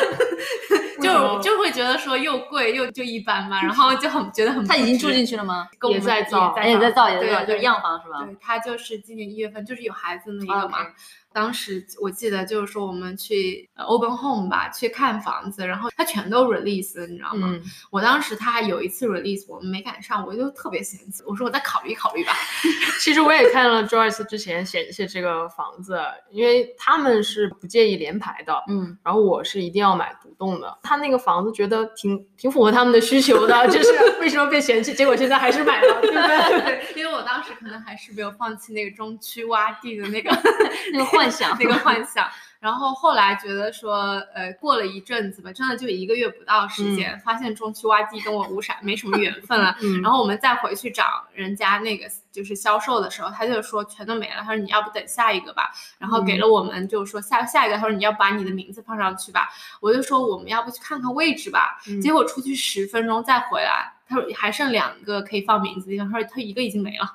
[SPEAKER 2] 就就会觉得说又贵又就一般嘛，然后就很觉得很
[SPEAKER 1] 他已经住
[SPEAKER 2] 不值
[SPEAKER 1] 进去了吗？
[SPEAKER 2] 跟我
[SPEAKER 3] 也
[SPEAKER 2] 们
[SPEAKER 3] 在造
[SPEAKER 1] 哎，也在造，也
[SPEAKER 2] 对
[SPEAKER 1] 在造，就
[SPEAKER 2] 对
[SPEAKER 1] 是样房是吧？
[SPEAKER 2] 对他就是今年一月份，就是有孩子那个嘛。
[SPEAKER 1] OK
[SPEAKER 2] 当时我记得就是说我们去呃 open home 吧，去看房子，然后他全都 release，你知道吗？
[SPEAKER 3] 嗯，
[SPEAKER 2] 我当时他还有一次 release，我们没赶上，我就特别嫌弃，我说我再考虑考虑吧。
[SPEAKER 1] [laughs]
[SPEAKER 3] 其实我也看了 Joyce 之前显示这个房子，因为他们是不介意连排的，
[SPEAKER 1] 嗯
[SPEAKER 3] 然后我是一定要买独栋的，他那个房子觉得挺挺符合他们的需求的，就是为什么被嫌弃，结果现在还是买了，对不对？ [laughs]
[SPEAKER 2] 对，因为我当时可能还是没有放弃那个中区洼地的那个
[SPEAKER 1] [laughs] 那个幻想
[SPEAKER 2] [laughs] 那个幻想。然后后来觉得说，呃，过了一阵子吧，真的就一个月不到
[SPEAKER 1] 嗯
[SPEAKER 2] 时间，发现中区洼地跟我无啥没什么缘分了。
[SPEAKER 3] 嗯
[SPEAKER 2] 然后我们再回去找人家那个就是销售的时候，他就说全都没了，他说你要不等下一个吧，然后
[SPEAKER 1] 嗯
[SPEAKER 2] 给了我们就是说下下一个，他说你要把你的名字放上去吧，我就说我们要不去看看位置吧，
[SPEAKER 3] 嗯
[SPEAKER 2] 结果出去十分钟再回来，他说还剩两个可以放名字的地方，他说他一个已经没了，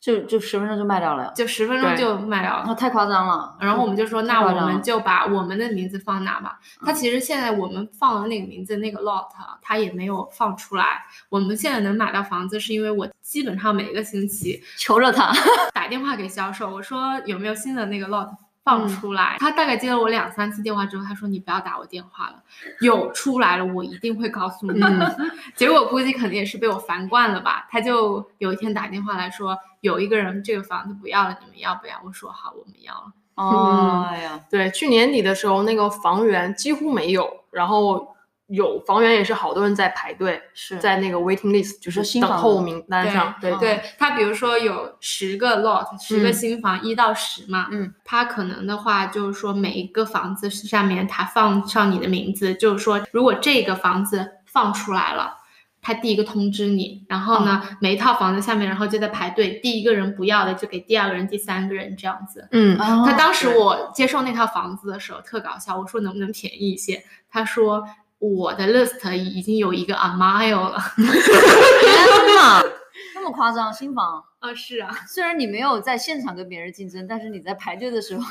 [SPEAKER 1] 就就十分钟就卖掉了呀，
[SPEAKER 2] 就十分钟
[SPEAKER 3] 对
[SPEAKER 2] 就卖掉
[SPEAKER 1] 然
[SPEAKER 2] 了
[SPEAKER 1] 后。太夸张了。
[SPEAKER 2] 然后我们就说，
[SPEAKER 1] 嗯太
[SPEAKER 2] 那
[SPEAKER 1] 夸
[SPEAKER 2] 我
[SPEAKER 1] 张了
[SPEAKER 2] 们就把我们的名字放哪吧。他
[SPEAKER 1] 嗯
[SPEAKER 2] 其实现在我们放的那个名字那个 lot，他也没有放出来。我们现在能买到房子，是因为我基本上每个星期
[SPEAKER 1] 求着他，
[SPEAKER 2] 打电话给销售，我说有没有新的那个 lot 放出来？他大概接了我两三次电话之后，他说你不要打我电话了，有出来了我一定会告诉你。
[SPEAKER 3] 嗯
[SPEAKER 2] [laughs] 结果估计可能也是被我烦惯了吧，他就有一天打电话来说有一个人这个房子不要了，你们要不要？我说好，我们要了。
[SPEAKER 1] 哦哎呀，
[SPEAKER 3] 对，去年底的时候，那个房源几乎没有，然后有房源也是好多人在排队，
[SPEAKER 1] 是
[SPEAKER 3] 在那个 waiting list，就是
[SPEAKER 1] 新
[SPEAKER 3] 等
[SPEAKER 1] 房
[SPEAKER 3] 候
[SPEAKER 1] 子
[SPEAKER 3] 名单上。对
[SPEAKER 1] 嗯
[SPEAKER 2] 对他，比如说有十个 lot，十个
[SPEAKER 3] 哦嗯
[SPEAKER 2] 新房，一、到十嘛，
[SPEAKER 1] 嗯，
[SPEAKER 2] 他可能的话就是说每一个房子上面他放上你的名字，就是说如果这个房子放出来了。他第一个通知你，然后呢，
[SPEAKER 3] 哦
[SPEAKER 2] 每一套房子下面，然后就在排队，第一个人不要的就给第二个人、第三个人这样子。
[SPEAKER 3] 嗯
[SPEAKER 2] 他
[SPEAKER 1] 他
[SPEAKER 2] 当时
[SPEAKER 3] 对
[SPEAKER 2] 我接受那套房子的时候特搞笑，我说能不能便宜一些？他说我的 list 已经有一个 a mile [laughs] 了。
[SPEAKER 1] 天哪， [laughs] 那么夸张，新房。
[SPEAKER 2] 啊，是 [laughs] 啊，
[SPEAKER 1] 虽然你没有在现场跟别人竞争，但是你在排队的 [laughs] 时候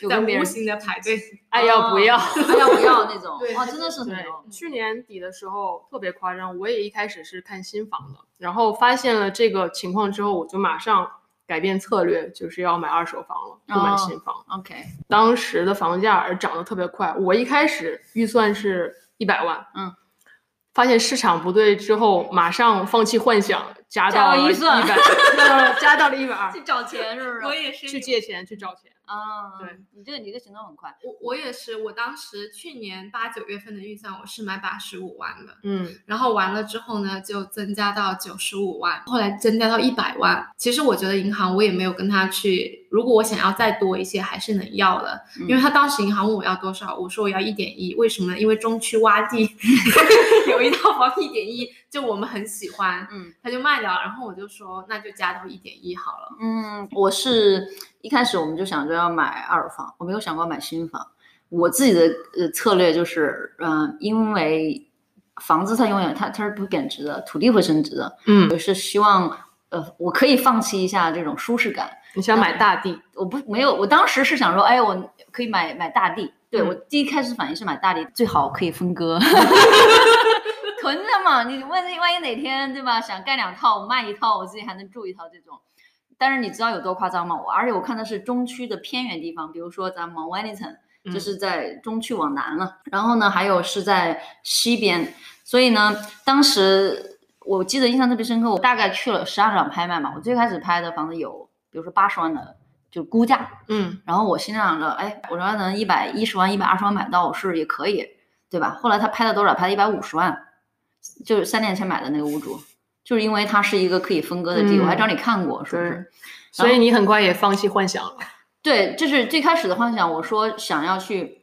[SPEAKER 1] 有
[SPEAKER 2] 在
[SPEAKER 1] 跟别
[SPEAKER 2] 无
[SPEAKER 1] 人
[SPEAKER 2] 形的排
[SPEAKER 3] [laughs]
[SPEAKER 2] 队。
[SPEAKER 3] 爱要不
[SPEAKER 1] 哦 [laughs] 哎
[SPEAKER 3] 要？
[SPEAKER 1] 呀不要那 [laughs] 种
[SPEAKER 2] 对，
[SPEAKER 1] 哇，真的是很
[SPEAKER 3] 对
[SPEAKER 1] 牛，
[SPEAKER 3] 去年底的时候特别夸张，我也一开始是看新房的，然后发现了这个情况之后，我就马上改变策略，就是要买二手房了，不买
[SPEAKER 1] 哦
[SPEAKER 3] 新房。
[SPEAKER 1] [laughs] OK，
[SPEAKER 3] 当时的房价儿涨得特别快，我一开始预算是一百万，
[SPEAKER 1] 嗯，
[SPEAKER 3] 发现市场不对之后，马上放弃幻想，加
[SPEAKER 1] 加
[SPEAKER 3] 到
[SPEAKER 1] 到
[SPEAKER 3] 了
[SPEAKER 1] 预算 [laughs]
[SPEAKER 3] 100加到了一百二，
[SPEAKER 1] 找钱是不？
[SPEAKER 2] 也是
[SPEAKER 3] 去借钱去找钱，
[SPEAKER 1] 啊，
[SPEAKER 3] 对，
[SPEAKER 1] 你这个你这个行动很快，
[SPEAKER 2] 我我也是，我当时去年八九月份的预算我是买八十五万的，
[SPEAKER 3] 嗯
[SPEAKER 2] 然后完了之后呢，就增加到九十五万，后来增加到一百万。其实我觉得银行我也没有跟他去，如果我想要再多一些，还是能要的，
[SPEAKER 1] 嗯
[SPEAKER 2] 因为他当时银行问我要多少，我说我要一点一，为什么呢？因为中区
[SPEAKER 1] [laughs]
[SPEAKER 2] 洼地有一套房一点一，就我们很喜欢，
[SPEAKER 1] 嗯
[SPEAKER 2] 他就卖掉了，然后我就说那就加到一点一好了。
[SPEAKER 1] 嗯，我是一开始我们就想着要买二手房，我没有想过买新房。我自己的呃策略就是，嗯、因为房子它永远它它是不贬值的，土地会升值的，
[SPEAKER 3] 嗯，
[SPEAKER 1] 是希望呃我可以放弃一下这种舒适感，
[SPEAKER 3] 你想买大地，
[SPEAKER 1] 我不没有，我当时是想说，哎，我可以买买大地。对、
[SPEAKER 3] 嗯
[SPEAKER 1] 我第一开始反应是买大地，最好可以分割， [laughs] 囤着嘛。你万一万一哪天对吧，想盖两套，我卖一套，我自己还能住一套这种。但是你知道有多夸张吗？我而且我看的是中区的偏远地方，比如说咱们 Wellington，
[SPEAKER 3] 嗯
[SPEAKER 1] 就是在中区往南了，然后呢，还有是在西边，所以呢，当时我记得印象特别深刻，我大概去了十二场拍卖嘛，我最开始拍的房子有，比如说八十万的，就估价，
[SPEAKER 3] 嗯
[SPEAKER 1] 然后我心想着，哎，我说能一百一十万、一百二十万买到，我是也可以，对吧？后来他拍了多少？拍了一百五十万，就是三年前买的那个屋主，就是因为它是一个可以分割的地，我还
[SPEAKER 3] 嗯
[SPEAKER 1] 找你看过，是不
[SPEAKER 3] 对
[SPEAKER 1] 是？
[SPEAKER 3] 所以你很快也放弃幻想了，
[SPEAKER 1] 对，这是最开始的幻想。我说想要去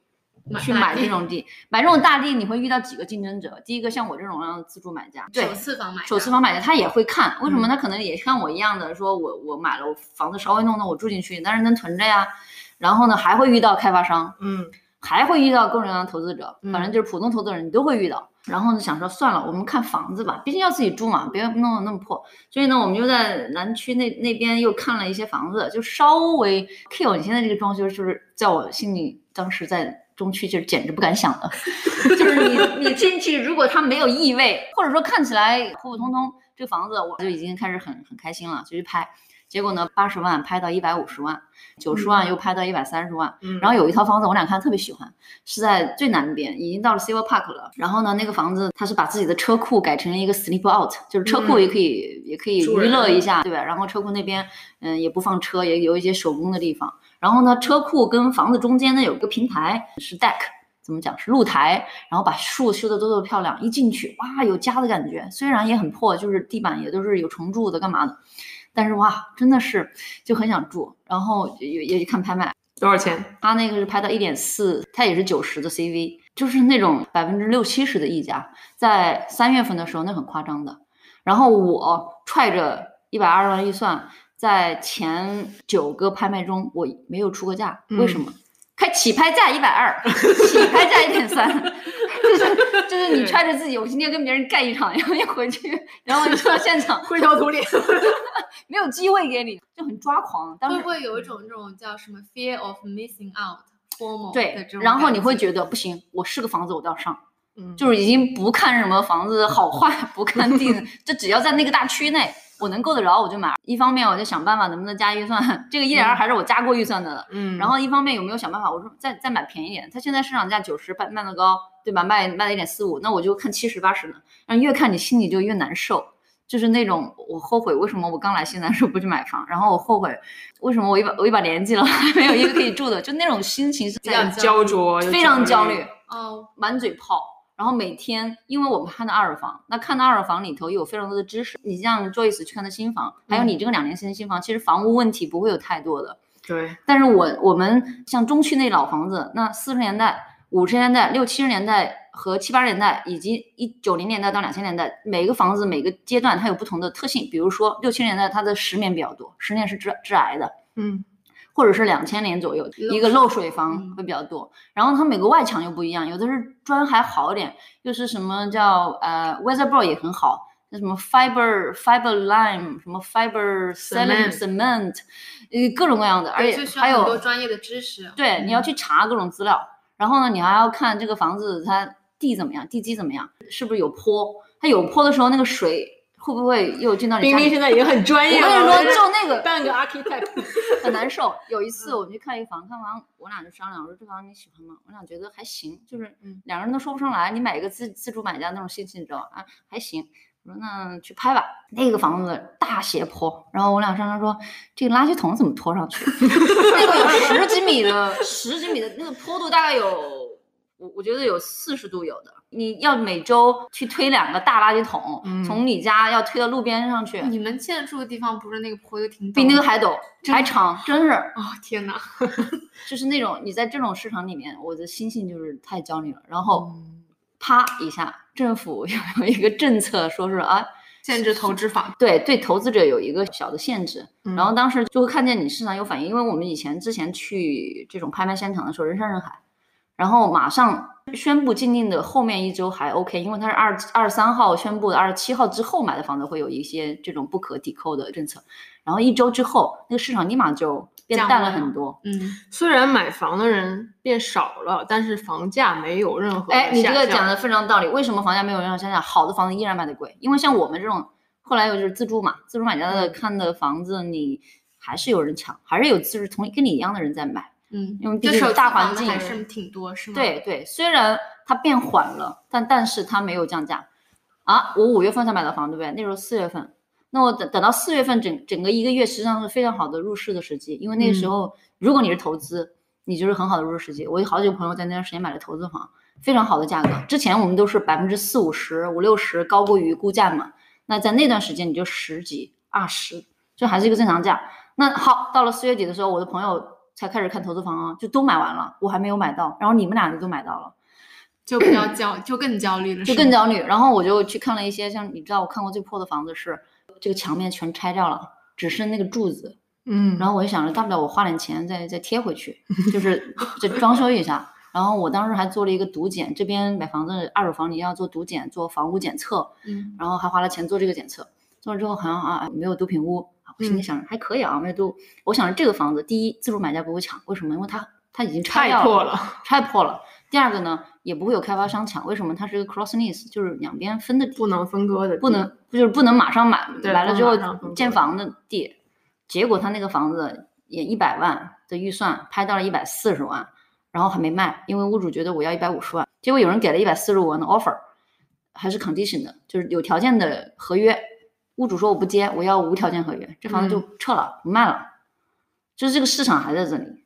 [SPEAKER 2] 买
[SPEAKER 1] 去
[SPEAKER 2] 大
[SPEAKER 1] 买
[SPEAKER 2] 地
[SPEAKER 1] 这种地，买这种大地，你会遇到几个竞争者？第一个像我这种样的自住买家，对
[SPEAKER 2] 首，次房买
[SPEAKER 1] 首
[SPEAKER 2] 的
[SPEAKER 1] 次房买家他也会看，为什么？
[SPEAKER 3] 嗯
[SPEAKER 1] 他可能也像我一样的，说我我买了我房子稍微弄弄，我住进去，但是能囤着呀。然后呢，还会遇到开发商，
[SPEAKER 3] 嗯
[SPEAKER 1] 还会遇到各种各样的投资者，
[SPEAKER 3] 嗯
[SPEAKER 1] 反正就是普通投资人你都会遇到。然后呢，想说算了，我们看房子吧，毕竟要自己住嘛，别弄得那么破。所以呢，我们就在南区那那边又看了一些房子，就稍微 Q 你现在这个装修，就是在我心里当时在中区就是简直不敢想的， [laughs] 就是你你进去，如果它没有异味，或者说看起来普普通通，这个房子我就已经开始很很开心了，就去拍。结果呢，八十万拍到一百五十万，九十万又拍到一百三十万，
[SPEAKER 3] 嗯，
[SPEAKER 1] 然
[SPEAKER 3] 后
[SPEAKER 1] 后有一套房子，我俩看特别喜欢，是在最南边，已经到了 Silver Park 了。然后呢，那个房子它是把自己的车库改成了一个 sleep out，就是车库
[SPEAKER 3] 嗯
[SPEAKER 1] 也可以、也可以
[SPEAKER 3] 住
[SPEAKER 1] 娱
[SPEAKER 3] 人
[SPEAKER 1] 乐一下，对吧？然后车库那边，嗯，也不放车，也有一些手工的地方。然后呢，车库跟房子中间呢有一个平台是 deck，怎么讲是露台，然后把树修的多多漂亮，一进去哇有家的感觉，虽然也很破，就是地板也都是有虫蛀的，干嘛的，但是哇真的是就很想住，然后也也看拍卖，
[SPEAKER 3] 多少钱？
[SPEAKER 1] [laughs] 他那个是拍到一点四，他也是九十的 CV，就是那种百分之六七十的溢价，在三月份的时候那很夸张的。然后我揣着一百二十万预算，在前九个拍卖中我没有出过价，
[SPEAKER 2] 嗯
[SPEAKER 1] 为什么？开起拍价一百二，起拍价一点三， [laughs] 就是就是你揣着自己，我今天跟别人干一场，然后一回去，然后一到现场
[SPEAKER 3] 灰头 [laughs] 土脸。
[SPEAKER 1] 嗯没有机会给你，就很抓狂。当
[SPEAKER 2] 会
[SPEAKER 1] 时
[SPEAKER 2] 不会有一种这种叫什么 fear of missing out formal 的
[SPEAKER 1] 对
[SPEAKER 2] 这，种
[SPEAKER 1] 然后
[SPEAKER 2] 感
[SPEAKER 1] 你会
[SPEAKER 2] 觉
[SPEAKER 1] 觉得不行，我是个房子我都要上，
[SPEAKER 3] 嗯，
[SPEAKER 1] 就是已经不看什么房子好坏， [laughs] 不看地址，就只要在那个大区内我能够得着我就买。一方面我就想办法能不能加预算， [laughs] 这个一点二还是我加过预算的了。
[SPEAKER 3] 嗯，
[SPEAKER 1] 然后一方面有没有想办法，我说再再买便宜点，它现在市场价九十，卖卖的高，对吧？卖卖了一点四五，那我就看七十八十呢。然后越看你心里就越难受，就是那种我后悔为什么我刚来西南时候不去买房，然后我后悔为什么我一把我一把年纪了还没有一个可以住的，就那种心情是
[SPEAKER 3] 比
[SPEAKER 1] 在
[SPEAKER 3] 较焦灼，
[SPEAKER 1] 嗯
[SPEAKER 3] 又
[SPEAKER 1] 非常焦虑，
[SPEAKER 2] 哦，
[SPEAKER 1] 满嘴泡。然后每天，因为我们看的二房，那看的二房里头有非常多的知识。你像 Joyce 去看的新房，还有你这个两年前的新房，其实房屋问题不会有太多的。
[SPEAKER 3] 对，
[SPEAKER 1] 但是我我们像中区那老房子，那四十年代、五十年代、六七十年代和七八十年代，以及一九零年代到两千年代，每个房子每个阶段它有不同的特性。比如说六七十年代它的石棉比较多，石棉是致致癌的，
[SPEAKER 3] 嗯，
[SPEAKER 1] 或者是两千年左右一个漏水房会比较多。然后它每个外墙又不一样，有的是砖还好一点，又是什么叫呃 weatherboard 也很好，那什么 fiber fiber lime 什么 fiber
[SPEAKER 3] Cement
[SPEAKER 1] cement cement，呃各种各样的，而
[SPEAKER 2] 对
[SPEAKER 1] 且
[SPEAKER 2] 就需
[SPEAKER 1] 还
[SPEAKER 2] 要
[SPEAKER 1] 有
[SPEAKER 2] 很多专业的知识。
[SPEAKER 1] 对，你要去查各种资料，然后呢，你还要看这个房子它地怎么样，地基怎么样，是不是有坡？它有坡的时候，那个水会不会又进到你
[SPEAKER 3] 冰
[SPEAKER 1] 家
[SPEAKER 3] 冰
[SPEAKER 1] 里？
[SPEAKER 3] 现在已经很专业
[SPEAKER 1] 我
[SPEAKER 3] 了，
[SPEAKER 1] 跟你说，
[SPEAKER 3] 我
[SPEAKER 1] 就那个
[SPEAKER 3] 半
[SPEAKER 1] [laughs]
[SPEAKER 3] 个 architect，
[SPEAKER 1] 很难受。有一次我们去看一房，看完我俩就商量，我说这房你喜欢吗？我俩觉得还行，就是
[SPEAKER 3] 嗯
[SPEAKER 1] 两个人都说不上来。你买一个自自主买家那种心情，你知道吧？啊，还行。我说那去拍吧。那个房子大斜坡，然后我俩商量说这个垃圾桶怎么拖上去？ [laughs] 那个有十几米的，十几米的那个坡度大概有，我我觉得有四十度有的。你要每周去推两个大垃圾桶，
[SPEAKER 3] 嗯
[SPEAKER 1] 从你家要推到路边上去，
[SPEAKER 2] 哦你们现在住的地方不是那个坡就挺陡
[SPEAKER 1] 比那个
[SPEAKER 2] 吗
[SPEAKER 1] 还陡，
[SPEAKER 2] 真
[SPEAKER 1] 还
[SPEAKER 2] 的
[SPEAKER 1] 长，真是。
[SPEAKER 2] 哦天哪，
[SPEAKER 1] 就是那种你在这种市场里面，我的心性就是太焦虑了。然后
[SPEAKER 2] 嗯
[SPEAKER 1] 啪一下，政府又有一个政策，说是啊，
[SPEAKER 3] 限制投资法，
[SPEAKER 1] 对对，投资者有一个小的限制。然后
[SPEAKER 3] 嗯
[SPEAKER 1] 当时就会看见你市场有反应，因为我们以前之前去这种拍卖现场的时候，人山人海，然后马上宣布禁令的后面一周还 OK，因为它是二二十三号宣布的，二十七号之后买的房子会有一些这种不可抵扣的政策，然后一周之后，那个市场立马就变
[SPEAKER 2] 降
[SPEAKER 1] 淡了
[SPEAKER 2] 温了
[SPEAKER 1] 很多。
[SPEAKER 2] 嗯，
[SPEAKER 3] 虽然买房的人变少了，但是房价没有任何
[SPEAKER 1] 哎，你这
[SPEAKER 3] 下
[SPEAKER 1] 个
[SPEAKER 3] 降
[SPEAKER 1] 讲的非常道理。为什么房价没有人想想好的房子依然卖的贵？因为像我们这种后来又就是自住嘛，自住买家
[SPEAKER 3] 嗯
[SPEAKER 1] 的看的房子，你还是有人抢，还是有就是同跟你一样的人在买。
[SPEAKER 2] 嗯，
[SPEAKER 1] 因为毕
[SPEAKER 2] 就
[SPEAKER 1] 竟
[SPEAKER 2] 手
[SPEAKER 1] 大
[SPEAKER 2] 机
[SPEAKER 1] 环
[SPEAKER 2] 房子
[SPEAKER 1] 境
[SPEAKER 2] 还是挺多，是吗？，
[SPEAKER 1] 对对，虽然它变缓了，但但是它没有降价啊。我五月份才买的房，对不对？那时候四月份，那我等等到四月份整整个一个月，实际上是非常好的入市的时机，因为那个时
[SPEAKER 3] 嗯
[SPEAKER 1] 候、如果你是投资，你就是很好的入市时机。我有好几个朋友在那段时间买了投资房，非常好的价格。之前我们都是百分之四五十、五六十高过于估价嘛，那在那段时间你就十几、二十，就还是一个正常价。那好，到了四月底的时候，我的朋友才开始看投资房啊，就都买完了，我还没有买到，然后你们俩就都买到了，
[SPEAKER 2] 就比较焦，就更焦虑了，
[SPEAKER 1] 就是更
[SPEAKER 2] 吗
[SPEAKER 1] 焦虑。然后我就去看了一些，像你知道，我看过最破的房子是这个墙面全拆掉了，只剩那个柱子，
[SPEAKER 3] 嗯，
[SPEAKER 1] 然
[SPEAKER 3] 后
[SPEAKER 1] 后我就想着，大不了我花点钱再再贴回去，就是再装修一下。然后我当时还做了一个毒检，这边买房子二手房你要做毒检，做房屋检测，
[SPEAKER 2] 嗯，
[SPEAKER 1] 然后还花了钱做这个检测。做了之后好像啊没有毒品污，啊我心里
[SPEAKER 3] 嗯
[SPEAKER 1] 想着还可以啊，没有毒。我想着这个房子，第一自主买家不会抢，为什么？因为它它已经拆
[SPEAKER 3] 太
[SPEAKER 1] 掉
[SPEAKER 3] 破
[SPEAKER 1] 了，
[SPEAKER 3] 了，
[SPEAKER 1] 拆破了。第二个呢，也不会有开发商抢，为什么？它是一个 cross lease，就是两边分的地
[SPEAKER 3] 不能分割的地，
[SPEAKER 1] 不能就是不能马上买，
[SPEAKER 3] 对
[SPEAKER 1] 买了
[SPEAKER 3] 不能
[SPEAKER 1] 之
[SPEAKER 3] 马
[SPEAKER 1] 后
[SPEAKER 3] 上分
[SPEAKER 1] 建
[SPEAKER 3] 割
[SPEAKER 1] 房的地，结果他那个房子也一百万的预算拍到了一百四十万，然后还没卖，因为屋主觉得我要一百五十万，结果有人给了一百四十五万的 offer，还是 condition 的，就是有条件的合约，屋主说我不接，我
[SPEAKER 3] 嗯
[SPEAKER 1] 要无条件合约，这房子就撤了，不卖了，就是这个市场还在这里。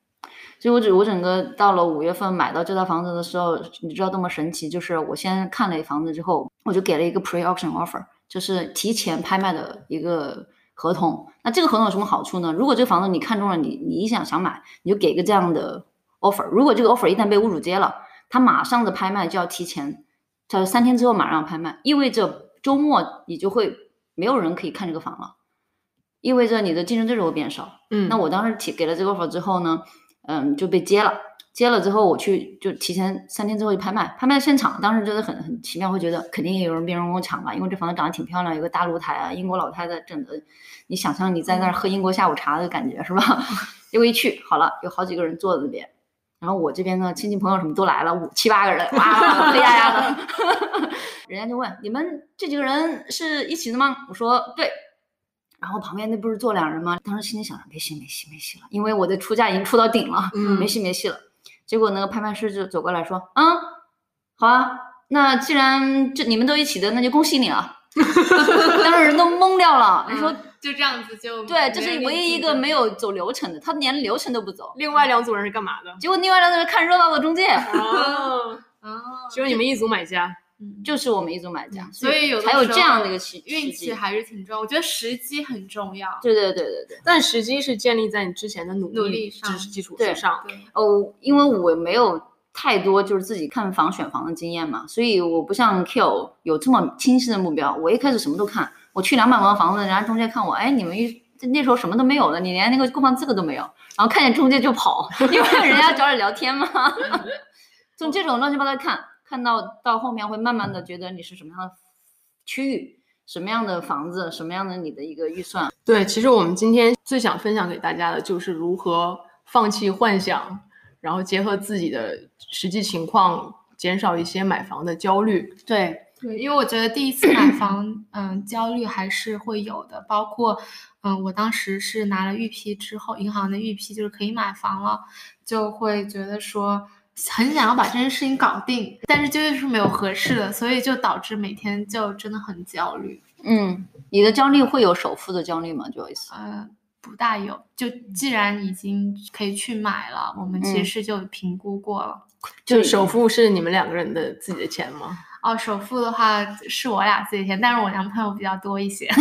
[SPEAKER 1] 所以我整我整个到了五月份买到这套房子的时候，你知道多么神奇？就是我先看了房子之后，我就给了一个 pre auction offer，就是提前拍卖的一个合同。那这个合同有什么好处呢？如果这个房子你看中了你，你一想想买，你就给一个这样的 offer。如果这个 offer 一旦被屋主接了，他马上的拍卖就要提前，他三天之后马上拍卖，意味着周末你就会没有人可以看这个房了，意味着你的竞争对手会变少。
[SPEAKER 3] 嗯，
[SPEAKER 1] 那我当时提给了这个 offer 之后呢，嗯，就被接了。接了之后，我去就提前三天之后去拍卖，拍卖现场当时觉得很很奇妙，会觉得肯定也有人别人跟我抢吧，因为这房子长得挺漂亮，有个大露台啊，英国老太太整的，你想象你在那儿喝英国下午茶的感觉是吧？ [laughs] 结果一去，好了，有好几个人坐在那边，然后我这边呢，亲戚朋友什么都来了，五七八个人，哇，黑压压的， [laughs] 人家就问你们这几个人是一起的吗？我说对，然后旁边那不是坐两人吗？当时心里想着没戏没戏没戏了，因为我的出价已经出到顶了，
[SPEAKER 3] 嗯
[SPEAKER 1] 没戏没戏了。结果那个拍卖师就走过来说，嗯，好啊，那既然这你们都一起的，那就恭喜你
[SPEAKER 2] [laughs]
[SPEAKER 1] 了。 [laughs] 当时人都懵掉了，
[SPEAKER 2] 嗯
[SPEAKER 1] 你说
[SPEAKER 2] 就这样子就
[SPEAKER 1] 对，这是唯一一个没
[SPEAKER 2] 有。
[SPEAKER 1] 有走流程的，他连流程都不走。
[SPEAKER 3] 另外两组人是干嘛
[SPEAKER 2] 嗯
[SPEAKER 3] 的？
[SPEAKER 1] 结果另外两个人看热闹的中介，
[SPEAKER 3] [laughs] 哦，
[SPEAKER 2] 哦，
[SPEAKER 3] 只有你们一组买家。
[SPEAKER 2] 嗯
[SPEAKER 1] 就是我们一组买家，
[SPEAKER 2] 所以有的
[SPEAKER 1] 才有
[SPEAKER 2] 时
[SPEAKER 1] 这样
[SPEAKER 2] 候
[SPEAKER 1] 的一个契
[SPEAKER 2] 运
[SPEAKER 1] 契
[SPEAKER 2] 气
[SPEAKER 1] 机
[SPEAKER 2] 还是挺重要，我觉得时机很重要。
[SPEAKER 1] 对对对对对。
[SPEAKER 3] 但时机是建立在你之前的努
[SPEAKER 2] 努力上
[SPEAKER 3] 基基础
[SPEAKER 1] 对
[SPEAKER 3] 之上。
[SPEAKER 2] 对，
[SPEAKER 1] 哦，因为我没有太多就是自己看房选房的经验嘛，所以我不像 Q 有这么清晰的目标。我一开始什么都看，我去两百万房子，人家中介看我，哎，你们一那时候什么都没有的，你连那个购房资格都没有，然后看见中介就跑， [laughs] 因为人家找你聊天嘛。
[SPEAKER 3] 嗯
[SPEAKER 1] [laughs] 从这种乱七八糟看，看到到后面会慢慢的觉得你是什么样的区域。什么样的房子，什么样的你的一个预算，
[SPEAKER 3] 对，其实我们今天最想分享给大家的就是如何放弃幻想，然后结合自己的实际情况，减少一些买房的焦虑。
[SPEAKER 1] 对，
[SPEAKER 2] 对，因为我觉得第一次买房，嗯，焦虑还是会有的。包括，嗯，我当时是拿了预批之后，银行的预批就是可以买房了，就会觉得说很想要把这件事情搞定，但是就是没有合适的，所以就导致每天就真的很焦虑。
[SPEAKER 1] 嗯，你的焦虑会有首付的焦虑吗，Joyce？
[SPEAKER 2] 呃，不大有，就既然已经可以去买了，我们其实
[SPEAKER 1] 嗯
[SPEAKER 2] 是就评估过了。
[SPEAKER 3] 就首付是你们两个人的自己的钱吗？
[SPEAKER 2] 哦，首付的话是我俩自己钱，但是我男朋友比较多一些， [laughs]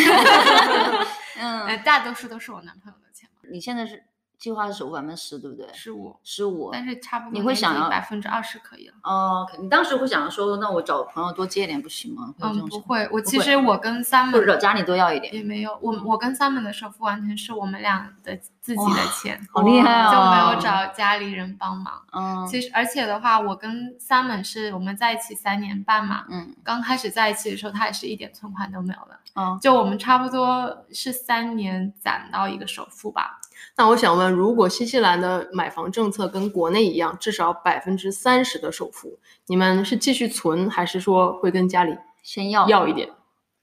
[SPEAKER 1] 嗯
[SPEAKER 2] 呃，大多数都是我男朋友的钱吧，
[SPEAKER 1] 你现在是计划是首付百分之十，对不对？
[SPEAKER 2] 是我。
[SPEAKER 1] 十五。
[SPEAKER 2] 但是差不多
[SPEAKER 1] 你会想要
[SPEAKER 2] 百分之二十可以了。
[SPEAKER 1] 哦，你当时会想着说，那我找朋友多借点不行吗？会有这
[SPEAKER 2] 嗯，
[SPEAKER 1] 种
[SPEAKER 2] 不
[SPEAKER 1] 想法，
[SPEAKER 2] 会，
[SPEAKER 1] 不
[SPEAKER 2] 我其
[SPEAKER 1] 会嗯
[SPEAKER 2] 实我跟三
[SPEAKER 1] 或者找
[SPEAKER 2] 门
[SPEAKER 1] 家里多要一点。
[SPEAKER 2] 也没有，我我跟三门的首付完全是我们俩的自己的
[SPEAKER 1] 哇
[SPEAKER 2] 钱，
[SPEAKER 1] 好厉害
[SPEAKER 2] 就没
[SPEAKER 1] 啊
[SPEAKER 2] 有找家里人帮忙。
[SPEAKER 1] 嗯
[SPEAKER 2] 其实而且的话，我跟三门是我们在一起三年半嘛，
[SPEAKER 1] 嗯
[SPEAKER 2] 刚开始在一起的时候，他也是一点存款都没有的，
[SPEAKER 1] 哦，
[SPEAKER 2] 就我们差不多是三年攒到一个首付吧。
[SPEAKER 3] 那我想问，如果新西兰的买房政策跟国内一样，至少百分之三十的首付，你们是继续存，还是说会跟家里
[SPEAKER 1] 先要
[SPEAKER 3] 要一点？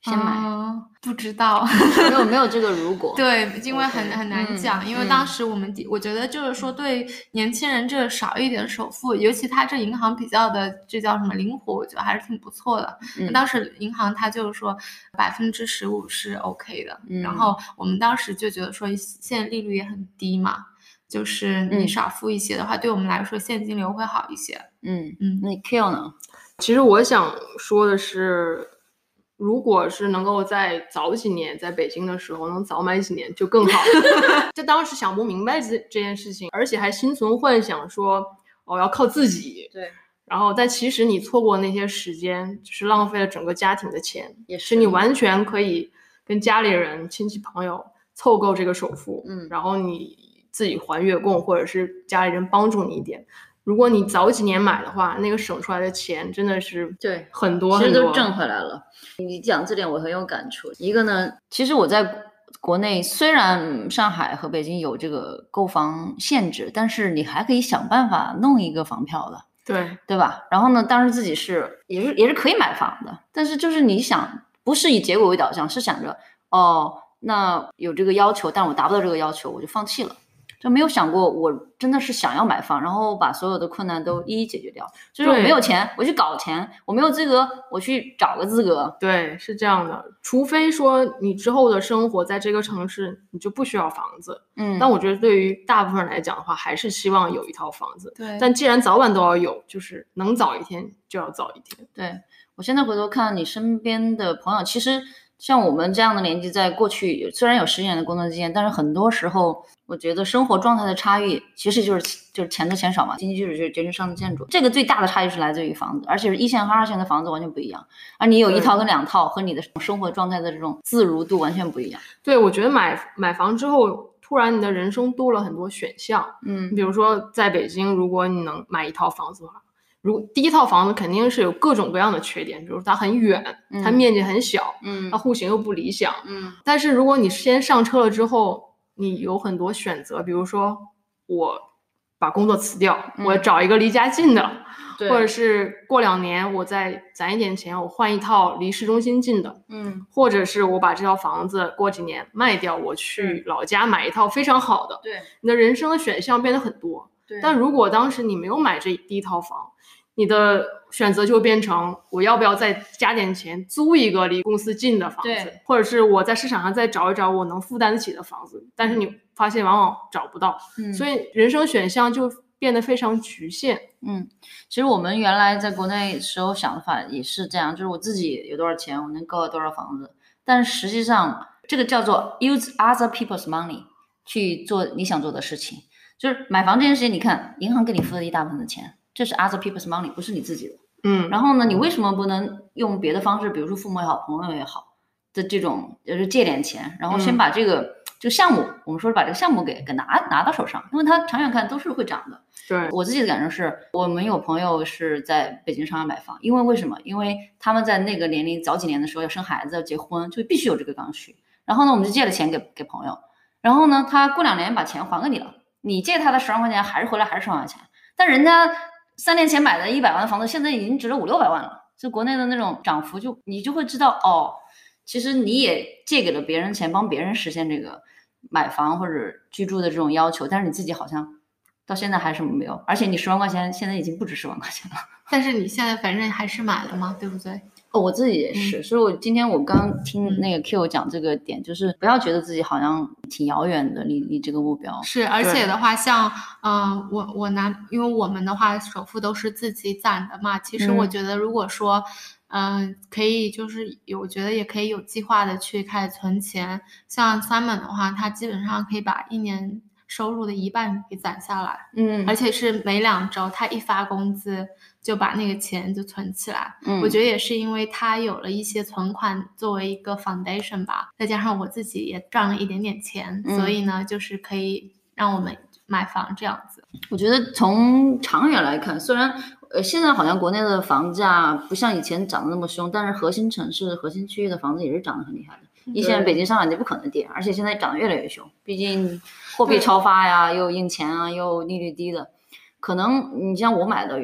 [SPEAKER 1] 先买，
[SPEAKER 2] 嗯不
[SPEAKER 1] [laughs]
[SPEAKER 2] 知道。
[SPEAKER 1] 没有没有
[SPEAKER 2] [laughs]
[SPEAKER 1] 这个如果。
[SPEAKER 2] 对，因为很
[SPEAKER 1] OK，
[SPEAKER 2] 很
[SPEAKER 1] 嗯
[SPEAKER 2] 难讲，因为当
[SPEAKER 1] 嗯
[SPEAKER 2] 时我们的，我觉得就是说，对年轻人这少一点首付，尤其他这银行比较的，这叫什么灵活，我觉得还是挺不错的。
[SPEAKER 1] 嗯
[SPEAKER 2] 当时银行它就是说百分之十五是 OK 的，然
[SPEAKER 1] 嗯
[SPEAKER 2] 后我们当时就觉得说现在利率也很低嘛，就是你
[SPEAKER 1] 嗯
[SPEAKER 2] 少付一些的话，对我们来说现金流会好一些。
[SPEAKER 1] 嗯，
[SPEAKER 2] 嗯，
[SPEAKER 1] 那 Q 呢？
[SPEAKER 3] 其实我想说的是，如果是能够在早几年在北京的时候能早买几年就更好。 [laughs] 就当时想不明白这这件事情，而且还心存幻想说我、哦要靠自己。
[SPEAKER 1] 对。
[SPEAKER 3] 然后，但其实你错过那些时间，就是浪费了整个家庭的钱。
[SPEAKER 1] 也
[SPEAKER 3] 是你完全可以跟家里人、亲戚朋友凑够这个首付，
[SPEAKER 1] 嗯
[SPEAKER 3] 然后你自己还月供，或者是家里人帮助你一点。如果你早几年买的话，那个省出来的钱真的是
[SPEAKER 1] 对
[SPEAKER 3] 很多
[SPEAKER 1] 其实
[SPEAKER 3] 很多，
[SPEAKER 1] 都挣回来了。你讲这点我很有感触。一个呢，其实我在国内虽然上海和北京有这个购房限制，但是你还可以想办法弄一个房票的，
[SPEAKER 3] 对
[SPEAKER 1] 对吧？然后呢，当时自己是也是也是可以买房的，但是就是你想不是以结果为导向，是想着哦，那有这个要求，但我达不到这个要求，我就放弃了。就没有想过我真的是想要买房，然后把所有的困难都一一解决掉。就是我
[SPEAKER 3] 对
[SPEAKER 1] 没有钱，我去搞钱；我没有资格，我去找个资格。
[SPEAKER 3] 对，是这样的。除非说你之后的生活在这个城市，你就不需要房子。
[SPEAKER 1] 嗯，
[SPEAKER 3] 但我觉得对于大部分人来讲的话，还是希望有一套房子。
[SPEAKER 2] 对
[SPEAKER 3] 但既然早晚都要有，就是能早一天就要早一天。
[SPEAKER 1] 对我现在回头看你身边的朋友，其实像我们这样的年纪，在过去有虽然有十几年的工作经验，但是很多时候，我觉得生活状态的差异，其实就是就是钱多钱少嘛，经济基础就是决定上层建筑。这个最大的差异是来自于房子，而且是一线和二线的房子完全不一样，而你有一
[SPEAKER 3] 对
[SPEAKER 1] 套跟两套，和你的生活状态的这种自如度完全不一样。
[SPEAKER 3] 对，我觉得买买房之后，突然你的人生多了很多选项。
[SPEAKER 1] 嗯
[SPEAKER 3] 你比如说，在北京，如果你能买一套房子的话，如果第一套房子肯定是有各种各样的缺点，比如它很远，它
[SPEAKER 1] 嗯
[SPEAKER 3] 面积很小，
[SPEAKER 1] 嗯
[SPEAKER 3] 它户型又不理想。
[SPEAKER 1] 嗯
[SPEAKER 3] 但是如果你先上车了之后，你有很多选择，比如说我把工作辞掉，我
[SPEAKER 1] 嗯
[SPEAKER 3] 找一个离家近的，
[SPEAKER 1] 对
[SPEAKER 3] 或者是过两年我再攒一点钱，我换一套离市中心近的，
[SPEAKER 1] 嗯
[SPEAKER 3] 或者是我把这套房子过几年卖掉，我去老家买一套非常好的。
[SPEAKER 1] 嗯对
[SPEAKER 3] 你的人生的选项变得很多。
[SPEAKER 1] 对
[SPEAKER 3] 但如果当时你没有买这第一套房，你的选择就会变成我要不要再加点钱租一个离公司近的房子
[SPEAKER 1] 对，
[SPEAKER 3] 或者是我在市场上再找一找我能负担得起的房子。但是你发现往往找不到，
[SPEAKER 1] 嗯
[SPEAKER 3] 所以人生选项就变得非常局限。
[SPEAKER 1] 嗯，其实我们原来在国内时候想法也是这样，就是我自己有多少钱，我能购到多少房子。但实际上，这个叫做 use other people's money 去做你想做的事情。就是买房这件事情，你看银行给你付了一大部分的钱，这是 other people's money，不是你自己的。
[SPEAKER 3] 嗯，
[SPEAKER 1] 然后呢，你为什么不能用别的方式，比如说父母也好，朋友也好的这种，就是借点钱，然后先
[SPEAKER 3] 嗯
[SPEAKER 1] 把这个、这个项目，我们说是把这个项目给给拿拿到手上，因为它长远看都是会涨的。
[SPEAKER 3] 对，
[SPEAKER 1] 我自己的感受是，我们有朋友是在北京、上海买房，因为为什么？因为他们在那个年龄早几年的时候要生孩子、要结婚，就必须有这个刚需。然后呢，我们就借了钱给给朋友，然后呢，他过两年把钱还给你了，你借他的十万块钱还是回来还是十万块钱，但人家三年前买的一百万的房子，现在已经值了五六百万了，就国内的那种涨幅就，你就会知道哦，其实你也借给了别人钱，帮别人实现这个买房或者居住的这种要求，但是你自己好像到现在还什么没有，而且你十万块钱现在已经不止十万块钱了。
[SPEAKER 2] 但是你现在反正还是买了嘛，对不对？
[SPEAKER 1] 哦，我自己也是，所以我今天我刚听那个 Q 讲这个点，就是不要觉得自己好像挺遥远的，离离这个目标。
[SPEAKER 2] 是，而且
[SPEAKER 3] 对
[SPEAKER 2] 的话，像嗯、呃我我男，因为我们的话首付都是自己攒的嘛。其实我
[SPEAKER 1] 嗯
[SPEAKER 2] 觉得，如果说，嗯、可以就是有，我觉得也可以有计划的去开始存钱。像 Simon 的话，他基本上可以把一年收入的一半给攒下来，
[SPEAKER 1] 嗯
[SPEAKER 2] 而且是每两周他一发工资就把那个钱就存起来。
[SPEAKER 1] 嗯
[SPEAKER 2] 我觉得也是因为他有了一些存款作为一个 foundation 吧，再加上我自己也赚了一点点钱，
[SPEAKER 1] 嗯
[SPEAKER 2] 所以呢，就是可以让我们买房这样子。
[SPEAKER 1] 我觉得从长远来看，虽然呃现在好像国内的房价不像以前涨得那么凶，但是核心城市、核心区域的房子也是涨得很厉害的。一线北京、上海你不可能跌，而且现在涨得越来越凶，毕竟货币
[SPEAKER 2] 对
[SPEAKER 1] 超发呀，又印钱啊，又利率低的。可能你像我买的，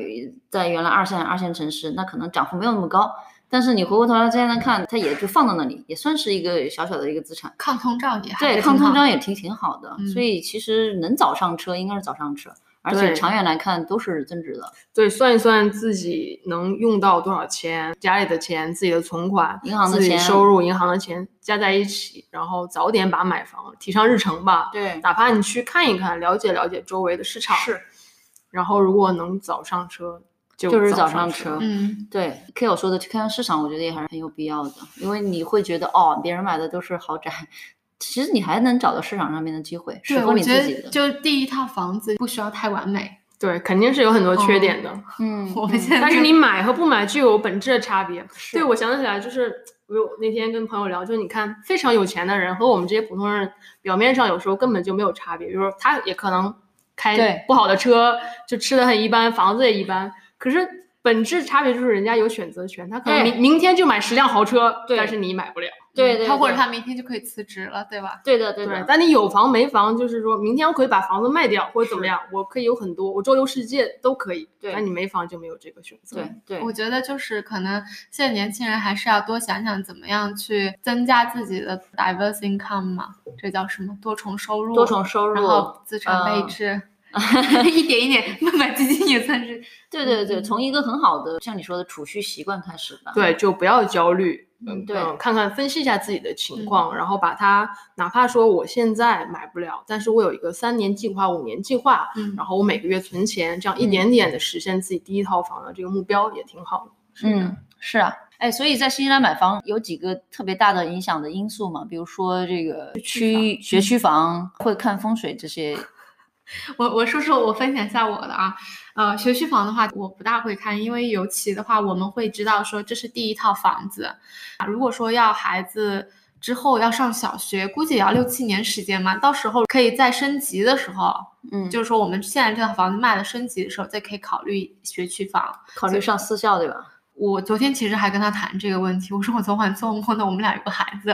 [SPEAKER 1] 在原来二线二线城市，那可能涨幅没有那么高，但是你回过头来再来看，它也就放到那里，也算是一个小小的一个资产。
[SPEAKER 2] 抗通胀也还
[SPEAKER 1] 对，
[SPEAKER 2] 是
[SPEAKER 1] 抗
[SPEAKER 2] 挺
[SPEAKER 1] 通
[SPEAKER 2] 好
[SPEAKER 1] 胀也挺挺好的，
[SPEAKER 2] 嗯
[SPEAKER 1] 所以其实能早上车应该是早上车，而且
[SPEAKER 3] 对
[SPEAKER 1] 长远来看都是增值的，
[SPEAKER 3] 对，算一算自己能用到多少钱，家里的钱、自己的存款、
[SPEAKER 1] 银行的
[SPEAKER 3] 自己
[SPEAKER 1] 钱
[SPEAKER 3] 收入、银行的钱加在一起，然后早点把买房提上日程吧。
[SPEAKER 1] 对
[SPEAKER 3] 哪怕你去看一看，了解了解周围的市场。
[SPEAKER 1] 是。
[SPEAKER 3] 然后如果能早上车，就
[SPEAKER 1] 就是早
[SPEAKER 3] 上
[SPEAKER 1] 上车
[SPEAKER 2] 嗯，
[SPEAKER 1] 对。K 友说的去看看市场，我觉得也还是很有必要的，因为你会觉得哦，别人买的都是豪宅，其实你还能找到市场上面的机会，适
[SPEAKER 2] 对，
[SPEAKER 1] 合
[SPEAKER 2] 我
[SPEAKER 1] 你
[SPEAKER 2] 觉
[SPEAKER 1] 自己
[SPEAKER 2] 得
[SPEAKER 1] 的。
[SPEAKER 2] 就第一套房子不需要太完美。
[SPEAKER 3] 对，肯定是有很多缺点的，
[SPEAKER 1] 嗯，
[SPEAKER 2] 我
[SPEAKER 1] 嗯
[SPEAKER 2] 们现在
[SPEAKER 1] [laughs]
[SPEAKER 3] 但是你买和不买具有本质的差别。对，我想起来，就是我有那天跟朋友聊，就你看非常有钱的人和我们这些普通人，表面上有时候根本就没有差别。比如说他也可能
[SPEAKER 1] 对
[SPEAKER 3] 开不好的车，就吃的很一般，房子也一般，可是。本质差别就是人家有选择权，他可能
[SPEAKER 1] 对
[SPEAKER 3] 明明天就买十辆豪车，
[SPEAKER 1] 哎对
[SPEAKER 3] 但是你买不了。
[SPEAKER 2] 对
[SPEAKER 1] 嗯
[SPEAKER 2] 对
[SPEAKER 3] 他或者
[SPEAKER 2] 对
[SPEAKER 3] 他明天就可以辞职了，对吧？
[SPEAKER 2] 对的对
[SPEAKER 3] 对
[SPEAKER 2] 的，，
[SPEAKER 3] 但你有房没房，就是说明天我可以把房子卖掉或者怎么样，我可以有很多，我周游世界都可以。
[SPEAKER 2] 对
[SPEAKER 3] 但你没房就没有这个选择。
[SPEAKER 1] 对对，
[SPEAKER 2] 对对
[SPEAKER 3] 我
[SPEAKER 2] 对
[SPEAKER 3] 对嗯
[SPEAKER 2] 对
[SPEAKER 3] 对
[SPEAKER 2] 对
[SPEAKER 3] 对
[SPEAKER 2] 觉得就是可能现在年轻人还是要多想想怎么样去增加自己的 diverse income 嘛，这叫什么多重收入？
[SPEAKER 1] 多重收入 [laughs]
[SPEAKER 2] 然后资产配
[SPEAKER 1] 嗯
[SPEAKER 2] 置，一点一点 [laughs] 慢慢基金也算是
[SPEAKER 1] 对对对，从一个很好的像你说的储蓄习惯开始吧。
[SPEAKER 3] 对，就不要焦虑，
[SPEAKER 2] 嗯
[SPEAKER 1] 对
[SPEAKER 3] 嗯，看看分析一下自己的情况，然后把它，哪怕说我现在买不了，但是我有一个三年计划、五年计划，
[SPEAKER 2] 嗯
[SPEAKER 3] 然后我每个月存钱，这样一点点的实现自己第一套房的这个目标也挺好的。
[SPEAKER 1] 嗯，是啊，哎，所以在新西兰买房有几个特别大的影响的因素嘛，比如说这个区学区房会看风水这些，
[SPEAKER 2] [laughs] 我我说说我分享一下我的啊，呃，学区房的话我不大会看，因为尤其的话我们会知道说这是第一套房子，啊如果说要孩子之后要上小学，估计也要六七年时间嘛，到时候可以在升级的时候，
[SPEAKER 1] 嗯，
[SPEAKER 2] 就是说我们现在这套房子卖了升级的时候，再可以考虑学区房。
[SPEAKER 1] 考虑上私校对吧？ [laughs]
[SPEAKER 2] 我昨天其实还跟他谈这个问题，我说我昨晚做梦呢，我们俩有个孩子，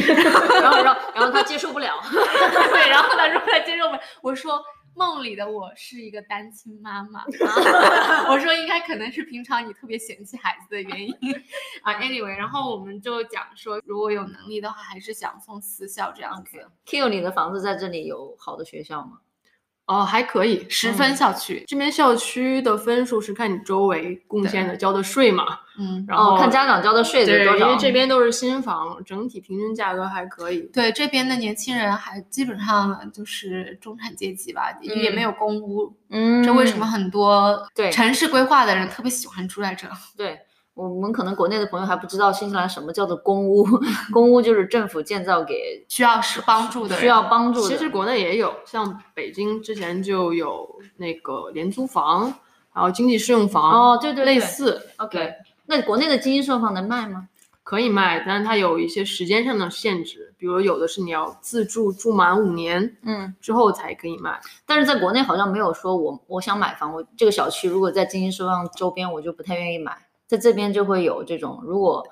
[SPEAKER 1] 然后然后然后他接受
[SPEAKER 3] [laughs]
[SPEAKER 1] 不了，
[SPEAKER 2] [laughs] 对，然后他说他接受没？我说梦里的我是一个单亲妈妈， [laughs] 我说应该可能是平常你特别嫌弃孩子的原因啊。Anyway，然后我们就讲说，如果有能力的话，还是想送私校这样子，
[SPEAKER 1] Q，你的嗯房子在这里有好的学校吗？
[SPEAKER 3] 哦，还可以，
[SPEAKER 2] 十分校区，
[SPEAKER 3] 嗯这边校区的分数是看你周围贡献的交的税嘛，
[SPEAKER 2] 嗯。
[SPEAKER 3] 然后、
[SPEAKER 1] 哦，看家长交的税
[SPEAKER 3] 对，
[SPEAKER 1] 是多
[SPEAKER 3] 因为
[SPEAKER 1] 少？
[SPEAKER 3] 这边都是新房，整体平均价格还可以。
[SPEAKER 2] 对这边的年轻人还基本上就是中产阶级吧，也没有公屋。
[SPEAKER 1] 嗯，
[SPEAKER 2] 这为什么很多
[SPEAKER 1] 对
[SPEAKER 2] 城市规划的人特别喜欢住在这？
[SPEAKER 1] 对我们可能国内的朋友还不知道新西兰什么叫做公屋， [laughs] 公屋就是政府建造给
[SPEAKER 2] 需要是帮助的人，
[SPEAKER 1] 需要帮助的，
[SPEAKER 3] 其实国内也有，像北京之前就有那个廉租房，然后经济适用房，
[SPEAKER 1] 哦，对对对，
[SPEAKER 3] 类似
[SPEAKER 1] OK。那国内的精英售房能卖吗？
[SPEAKER 3] 可以卖，但是它有一些时间上的限制，比如有的是你要自住住满五年
[SPEAKER 1] 嗯，
[SPEAKER 3] 之后才可以卖。
[SPEAKER 1] 但是在国内好像没有说我我想买房，我这个小区如果在精英售房周边，我就不太愿意买。在这边就会有这种，如果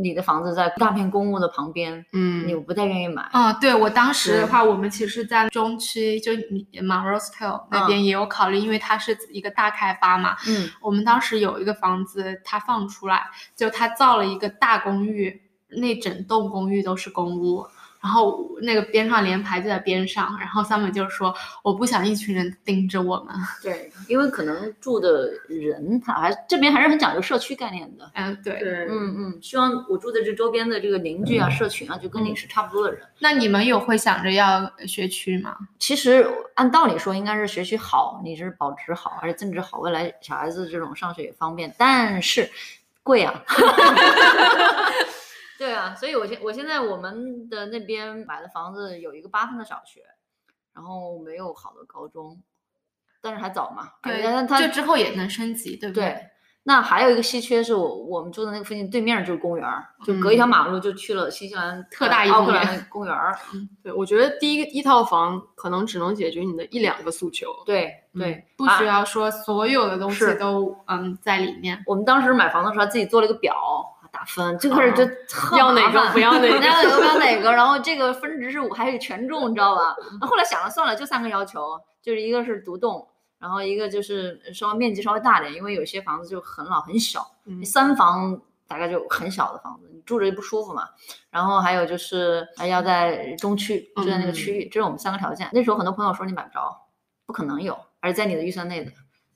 [SPEAKER 1] 你的房子在大片公墓的旁边，
[SPEAKER 3] 嗯
[SPEAKER 1] 你不太愿意买。
[SPEAKER 2] 嗯，对我当时的
[SPEAKER 3] 对
[SPEAKER 2] 话，我们其实，在中区就你 m a r o s t a l 那边也有考虑，因为它是一个大开发嘛。
[SPEAKER 1] 嗯
[SPEAKER 2] 我们当时有一个房子，它放出来，就它造了一个大公寓，那整栋公寓都是公屋。然后那个边上联排就在边上，然后 Summer 就说：“我不想一群人盯着我们。
[SPEAKER 1] 对， [laughs] 因为可能住的人他还这边还是很讲究社区概念的”。
[SPEAKER 2] 嗯，对。
[SPEAKER 3] 对
[SPEAKER 1] 嗯嗯，希望我住的这周边的这个邻居啊、社群啊，就跟你是差不多的人。
[SPEAKER 2] 那你们有会想着要学区吗？
[SPEAKER 1] 其实按道理说，应该是学习好，你是保值好，而且增值好，未来小孩子这种上学也方便。但是贵啊， [laughs] 对啊，所以我现我现在我们的那边买的房子有一个八分的小学，然后没有好的高中，但是还早嘛，而且但它
[SPEAKER 2] 就之后也能升级，对不
[SPEAKER 1] 对。那还有一个稀缺是我我们住的那个附近对面就是公园儿，就
[SPEAKER 2] 嗯
[SPEAKER 1] 隔一条马路就去了新西兰
[SPEAKER 2] 特大一
[SPEAKER 1] 奥
[SPEAKER 2] 公
[SPEAKER 1] 克
[SPEAKER 2] 园
[SPEAKER 1] 兰公园儿。
[SPEAKER 3] 对，我觉得第一一套房可能只能解决你的一两个诉求。
[SPEAKER 1] 对
[SPEAKER 3] 嗯
[SPEAKER 1] 对，
[SPEAKER 2] 不
[SPEAKER 1] 啊
[SPEAKER 2] 需要说所有的东西
[SPEAKER 1] 是
[SPEAKER 2] 都嗯在里面。
[SPEAKER 1] 我们当时买房的时候自己做了一个表啊打分，最开始就特
[SPEAKER 3] 哦要哪
[SPEAKER 1] 麻
[SPEAKER 3] 个
[SPEAKER 1] 烦
[SPEAKER 3] 不
[SPEAKER 1] [laughs]
[SPEAKER 3] 要哪个
[SPEAKER 1] 要哪个不要哪个，然后这个分值是五，还有权重，你知道吧？那后来想了算了，就三个要求，就是一个是独栋，然后一个就是稍微面积稍微大点，因为有些房子就很老很小，
[SPEAKER 3] 嗯
[SPEAKER 1] 三房大概就很小的房子，你住着也不舒服嘛。然后还有就是还要在中区，就在那个区
[SPEAKER 3] 嗯
[SPEAKER 1] 域，这是我们三个条件。那时候很多朋友说你买不着，不可能有，而且在你的预算内的。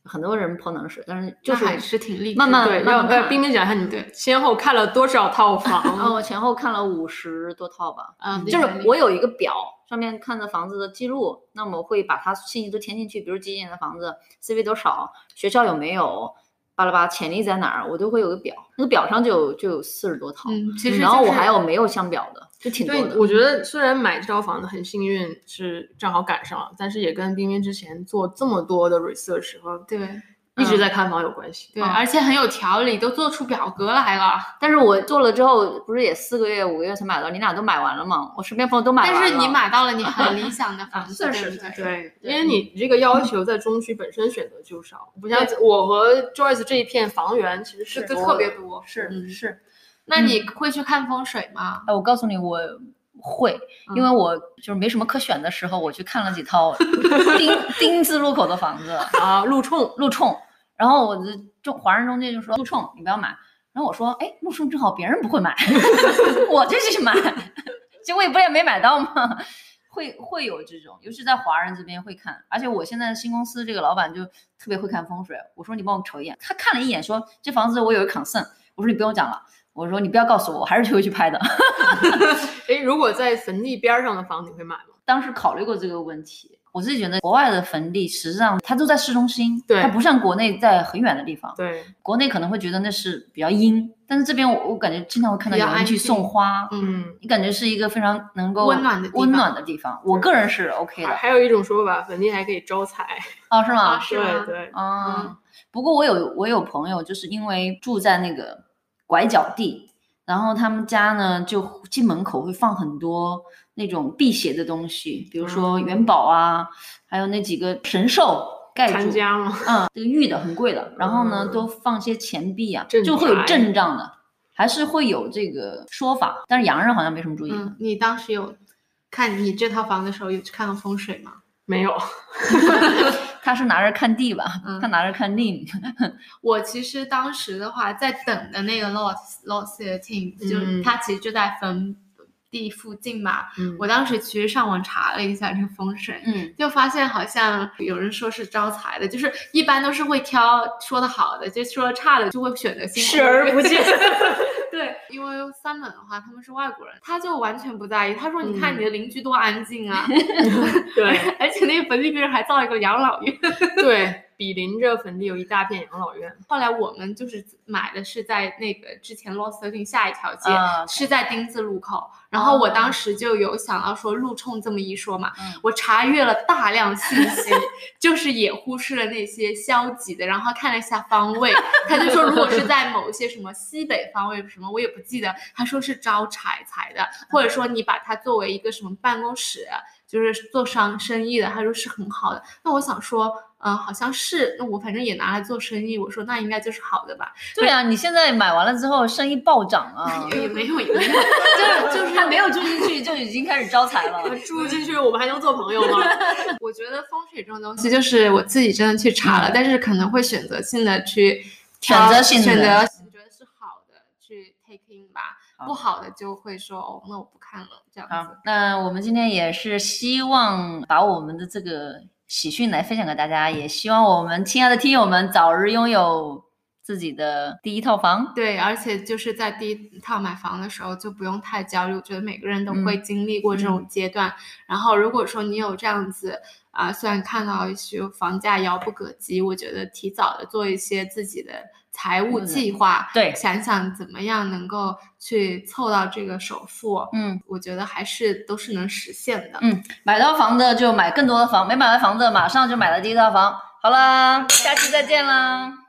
[SPEAKER 1] 很多人泼冷水，但是就
[SPEAKER 2] 那
[SPEAKER 1] 是
[SPEAKER 2] 还是挺励志的。
[SPEAKER 1] 慢慢
[SPEAKER 3] 对，
[SPEAKER 1] 慢
[SPEAKER 3] 要
[SPEAKER 1] 慢
[SPEAKER 3] 要
[SPEAKER 1] 看
[SPEAKER 3] 冰冰讲一下你
[SPEAKER 2] 对
[SPEAKER 3] 先后看了多少套
[SPEAKER 1] [laughs] 啊，
[SPEAKER 2] 哦
[SPEAKER 3] 房？
[SPEAKER 1] 我前后看了五十多套吧，
[SPEAKER 2] 嗯，
[SPEAKER 1] 就是
[SPEAKER 2] 理解
[SPEAKER 1] 我有一个表，上面看的房子的记录，那么我会把它信息都填进去，比如几几年的房子，CV 多少，学校有没有，巴拉巴拉，潜力在哪儿，我都会有个表，那个表上就有就有四十多套，
[SPEAKER 2] 嗯，其实
[SPEAKER 1] 然后
[SPEAKER 2] 就
[SPEAKER 1] 我
[SPEAKER 2] 是
[SPEAKER 1] 还有没有相表的，就挺多
[SPEAKER 3] 对，
[SPEAKER 1] 的。
[SPEAKER 3] 我觉得虽然买这套房子很幸运是正好赶上了，但是也跟冰冰之前做这么多的 research 和
[SPEAKER 2] 对啊
[SPEAKER 3] 一直在看房有关系。
[SPEAKER 2] 对，啊
[SPEAKER 1] 嗯
[SPEAKER 2] 而且很有条理，都做出表格来了。
[SPEAKER 1] 但是我做了之后，不是也四个月、五个月才买到，你俩都买完了吗？我身边朋友都买完了。
[SPEAKER 2] 但是你买到了 [laughs] 你很理想的房子，
[SPEAKER 1] 啊是
[SPEAKER 2] 对
[SPEAKER 1] 是
[SPEAKER 2] 不对？
[SPEAKER 3] 对，
[SPEAKER 1] 对
[SPEAKER 3] 因为你这个要求在中区本身选择就少，不像我和 Joyce 这一片房源其实
[SPEAKER 2] 是
[SPEAKER 3] 是
[SPEAKER 2] 都
[SPEAKER 3] 多
[SPEAKER 2] 特别
[SPEAKER 3] 的
[SPEAKER 2] 多，
[SPEAKER 1] 是
[SPEAKER 2] 嗯
[SPEAKER 1] 是，
[SPEAKER 2] 那你会去看风水吗？
[SPEAKER 1] 哎，我告诉你，我会，因为我就是没什么可选的时候，我去看了几套丁丁字路口的房子，
[SPEAKER 3] 啊，路冲，
[SPEAKER 1] 路冲，然后我的中华人中介就说路冲你不要买，然后我说哎路冲正好别人不会买， [laughs] 我就去买，结果也不也没买到嘛。会会有这种，尤其在华人这边会看，而且我现在新公司这个老板就特别会看风水。我说你帮我瞅一眼，他看了一眼说这房子我有一 concern，我说你不用讲了，我说你不要告诉我，我还是会去拍的。
[SPEAKER 3] 哎，如果在坟地边儿上的房，你会买吗？
[SPEAKER 1] 当时考虑过这个问题，我自己觉得国外的坟地实际上它都在市中心，
[SPEAKER 3] 对
[SPEAKER 1] 它不像国内在很远的地方。
[SPEAKER 3] 对，
[SPEAKER 1] 国内可能会觉得那是比较阴，但是这边我我感觉经常会看到
[SPEAKER 2] 比较
[SPEAKER 1] 有人去
[SPEAKER 2] 安静
[SPEAKER 1] 送花，
[SPEAKER 3] 嗯。
[SPEAKER 1] 你感觉是一个非常能够
[SPEAKER 2] 温暖的地
[SPEAKER 1] 温
[SPEAKER 2] 方
[SPEAKER 1] 暖的地方。我个人是 OK
[SPEAKER 3] 还
[SPEAKER 1] 的
[SPEAKER 3] 还有一种说法，坟地还可以招财。
[SPEAKER 1] 哦，是吗？
[SPEAKER 2] 啊是
[SPEAKER 3] 对
[SPEAKER 2] 吗
[SPEAKER 3] 对，
[SPEAKER 1] 啊、
[SPEAKER 2] 嗯
[SPEAKER 1] 不过我有我有朋友，就是因为住在那个拐角地，然后他们家呢就进门口会放很多那种辟邪的东西，比如说元宝啊，还有那几个神兽盖
[SPEAKER 3] 参
[SPEAKER 1] 住，
[SPEAKER 3] 加吗？ [laughs]
[SPEAKER 1] 嗯，这个玉的很贵的，然后呢
[SPEAKER 3] 嗯
[SPEAKER 1] 都放些钱币啊，
[SPEAKER 3] 镇
[SPEAKER 1] 就会有
[SPEAKER 3] 宅
[SPEAKER 1] 阵仗的。还是会有这个说法，但是洋人好像没什么注意。
[SPEAKER 2] 嗯，你当时有看你这套房的时候有去看过风水吗？
[SPEAKER 3] 没有，
[SPEAKER 1] 他是拿着看地吧，
[SPEAKER 2] 嗯
[SPEAKER 1] 他拿着看地。
[SPEAKER 2] 我其实当时的话，在等的那个 lot lot thirteen，就
[SPEAKER 3] 嗯
[SPEAKER 2] 是它其实就在坟地附近嘛。
[SPEAKER 3] 嗯
[SPEAKER 2] 我当时其实上网查了一下这个风水，
[SPEAKER 1] 嗯，
[SPEAKER 2] 就发现好像有人说是招财的，就是一般都是会挑说的好的，就说差的就会选择性
[SPEAKER 3] 视而不见。
[SPEAKER 2] 对， [laughs] 因为 Simon 的话，他们是外国人，他就完全不在意。他说：“你看
[SPEAKER 3] 嗯
[SPEAKER 2] 你的邻居多安静啊！” [laughs]
[SPEAKER 3] 对
[SPEAKER 2] 而且那个坟地边上还造了一个养老院。
[SPEAKER 3] 对，比邻着坟地有一大片养老院。
[SPEAKER 2] 后来我们就是买的是在那个之前 Lost i n 下一条街，
[SPEAKER 1] 啊
[SPEAKER 2] 是在丁字路口。然后我当时就有想到说路冲这么一说嘛，
[SPEAKER 1] 嗯
[SPEAKER 2] 我查阅了大量信息， [laughs] 就是也忽视了那些消极的，然后看了一下方位，他就说如果是在某些什么西北方位什么，我也不记得，他说是招财财的，或者说你把它作为一个什么办公室，就是做商生意的，他说是很好的。那我想说，嗯、好像是，那我反正也拿来做生意，我说那应该就是好的吧，
[SPEAKER 1] 对啊，你现在买完了之后，生意暴涨啊！
[SPEAKER 2] 也没有也 [laughs] 没
[SPEAKER 1] [laughs]
[SPEAKER 2] 有，
[SPEAKER 1] 就是就是他没有住进去就已经开始招财了。
[SPEAKER 3] 啊住进去，我们还能做朋友吗？ [laughs]
[SPEAKER 2] 我觉得风水这种东西，就是我自己真的去查了，但是可能会选择性的去挑
[SPEAKER 1] 嗯选择性的
[SPEAKER 2] 选择觉得是好的去 take in 吧，
[SPEAKER 1] 好
[SPEAKER 2] 不好的就会说哦，那我不看了这样
[SPEAKER 1] [laughs] 好
[SPEAKER 2] 子。，
[SPEAKER 1] 那我们今天也是希望把我们的这个喜讯来分享给大家，也希望我们亲爱的听友们早日拥有自己的第一套房。
[SPEAKER 2] 对，而且就是在第一套买房的时候就不用太焦虑，我觉得每个人都会
[SPEAKER 1] 嗯
[SPEAKER 2] 经历过这种阶段。然后如果说你有这样子啊、虽然看到一些房价遥不可及，我觉得提早的做一些自己的财务
[SPEAKER 1] 嗯
[SPEAKER 2] 计划，
[SPEAKER 1] 对
[SPEAKER 2] 想想怎么样能够去凑到这个首付，
[SPEAKER 1] 嗯，
[SPEAKER 2] 我觉得还是都是能实现的。
[SPEAKER 1] 买到房的就买更多的房，没买到房的马上就买了第一套房。好啦，下期再见啦。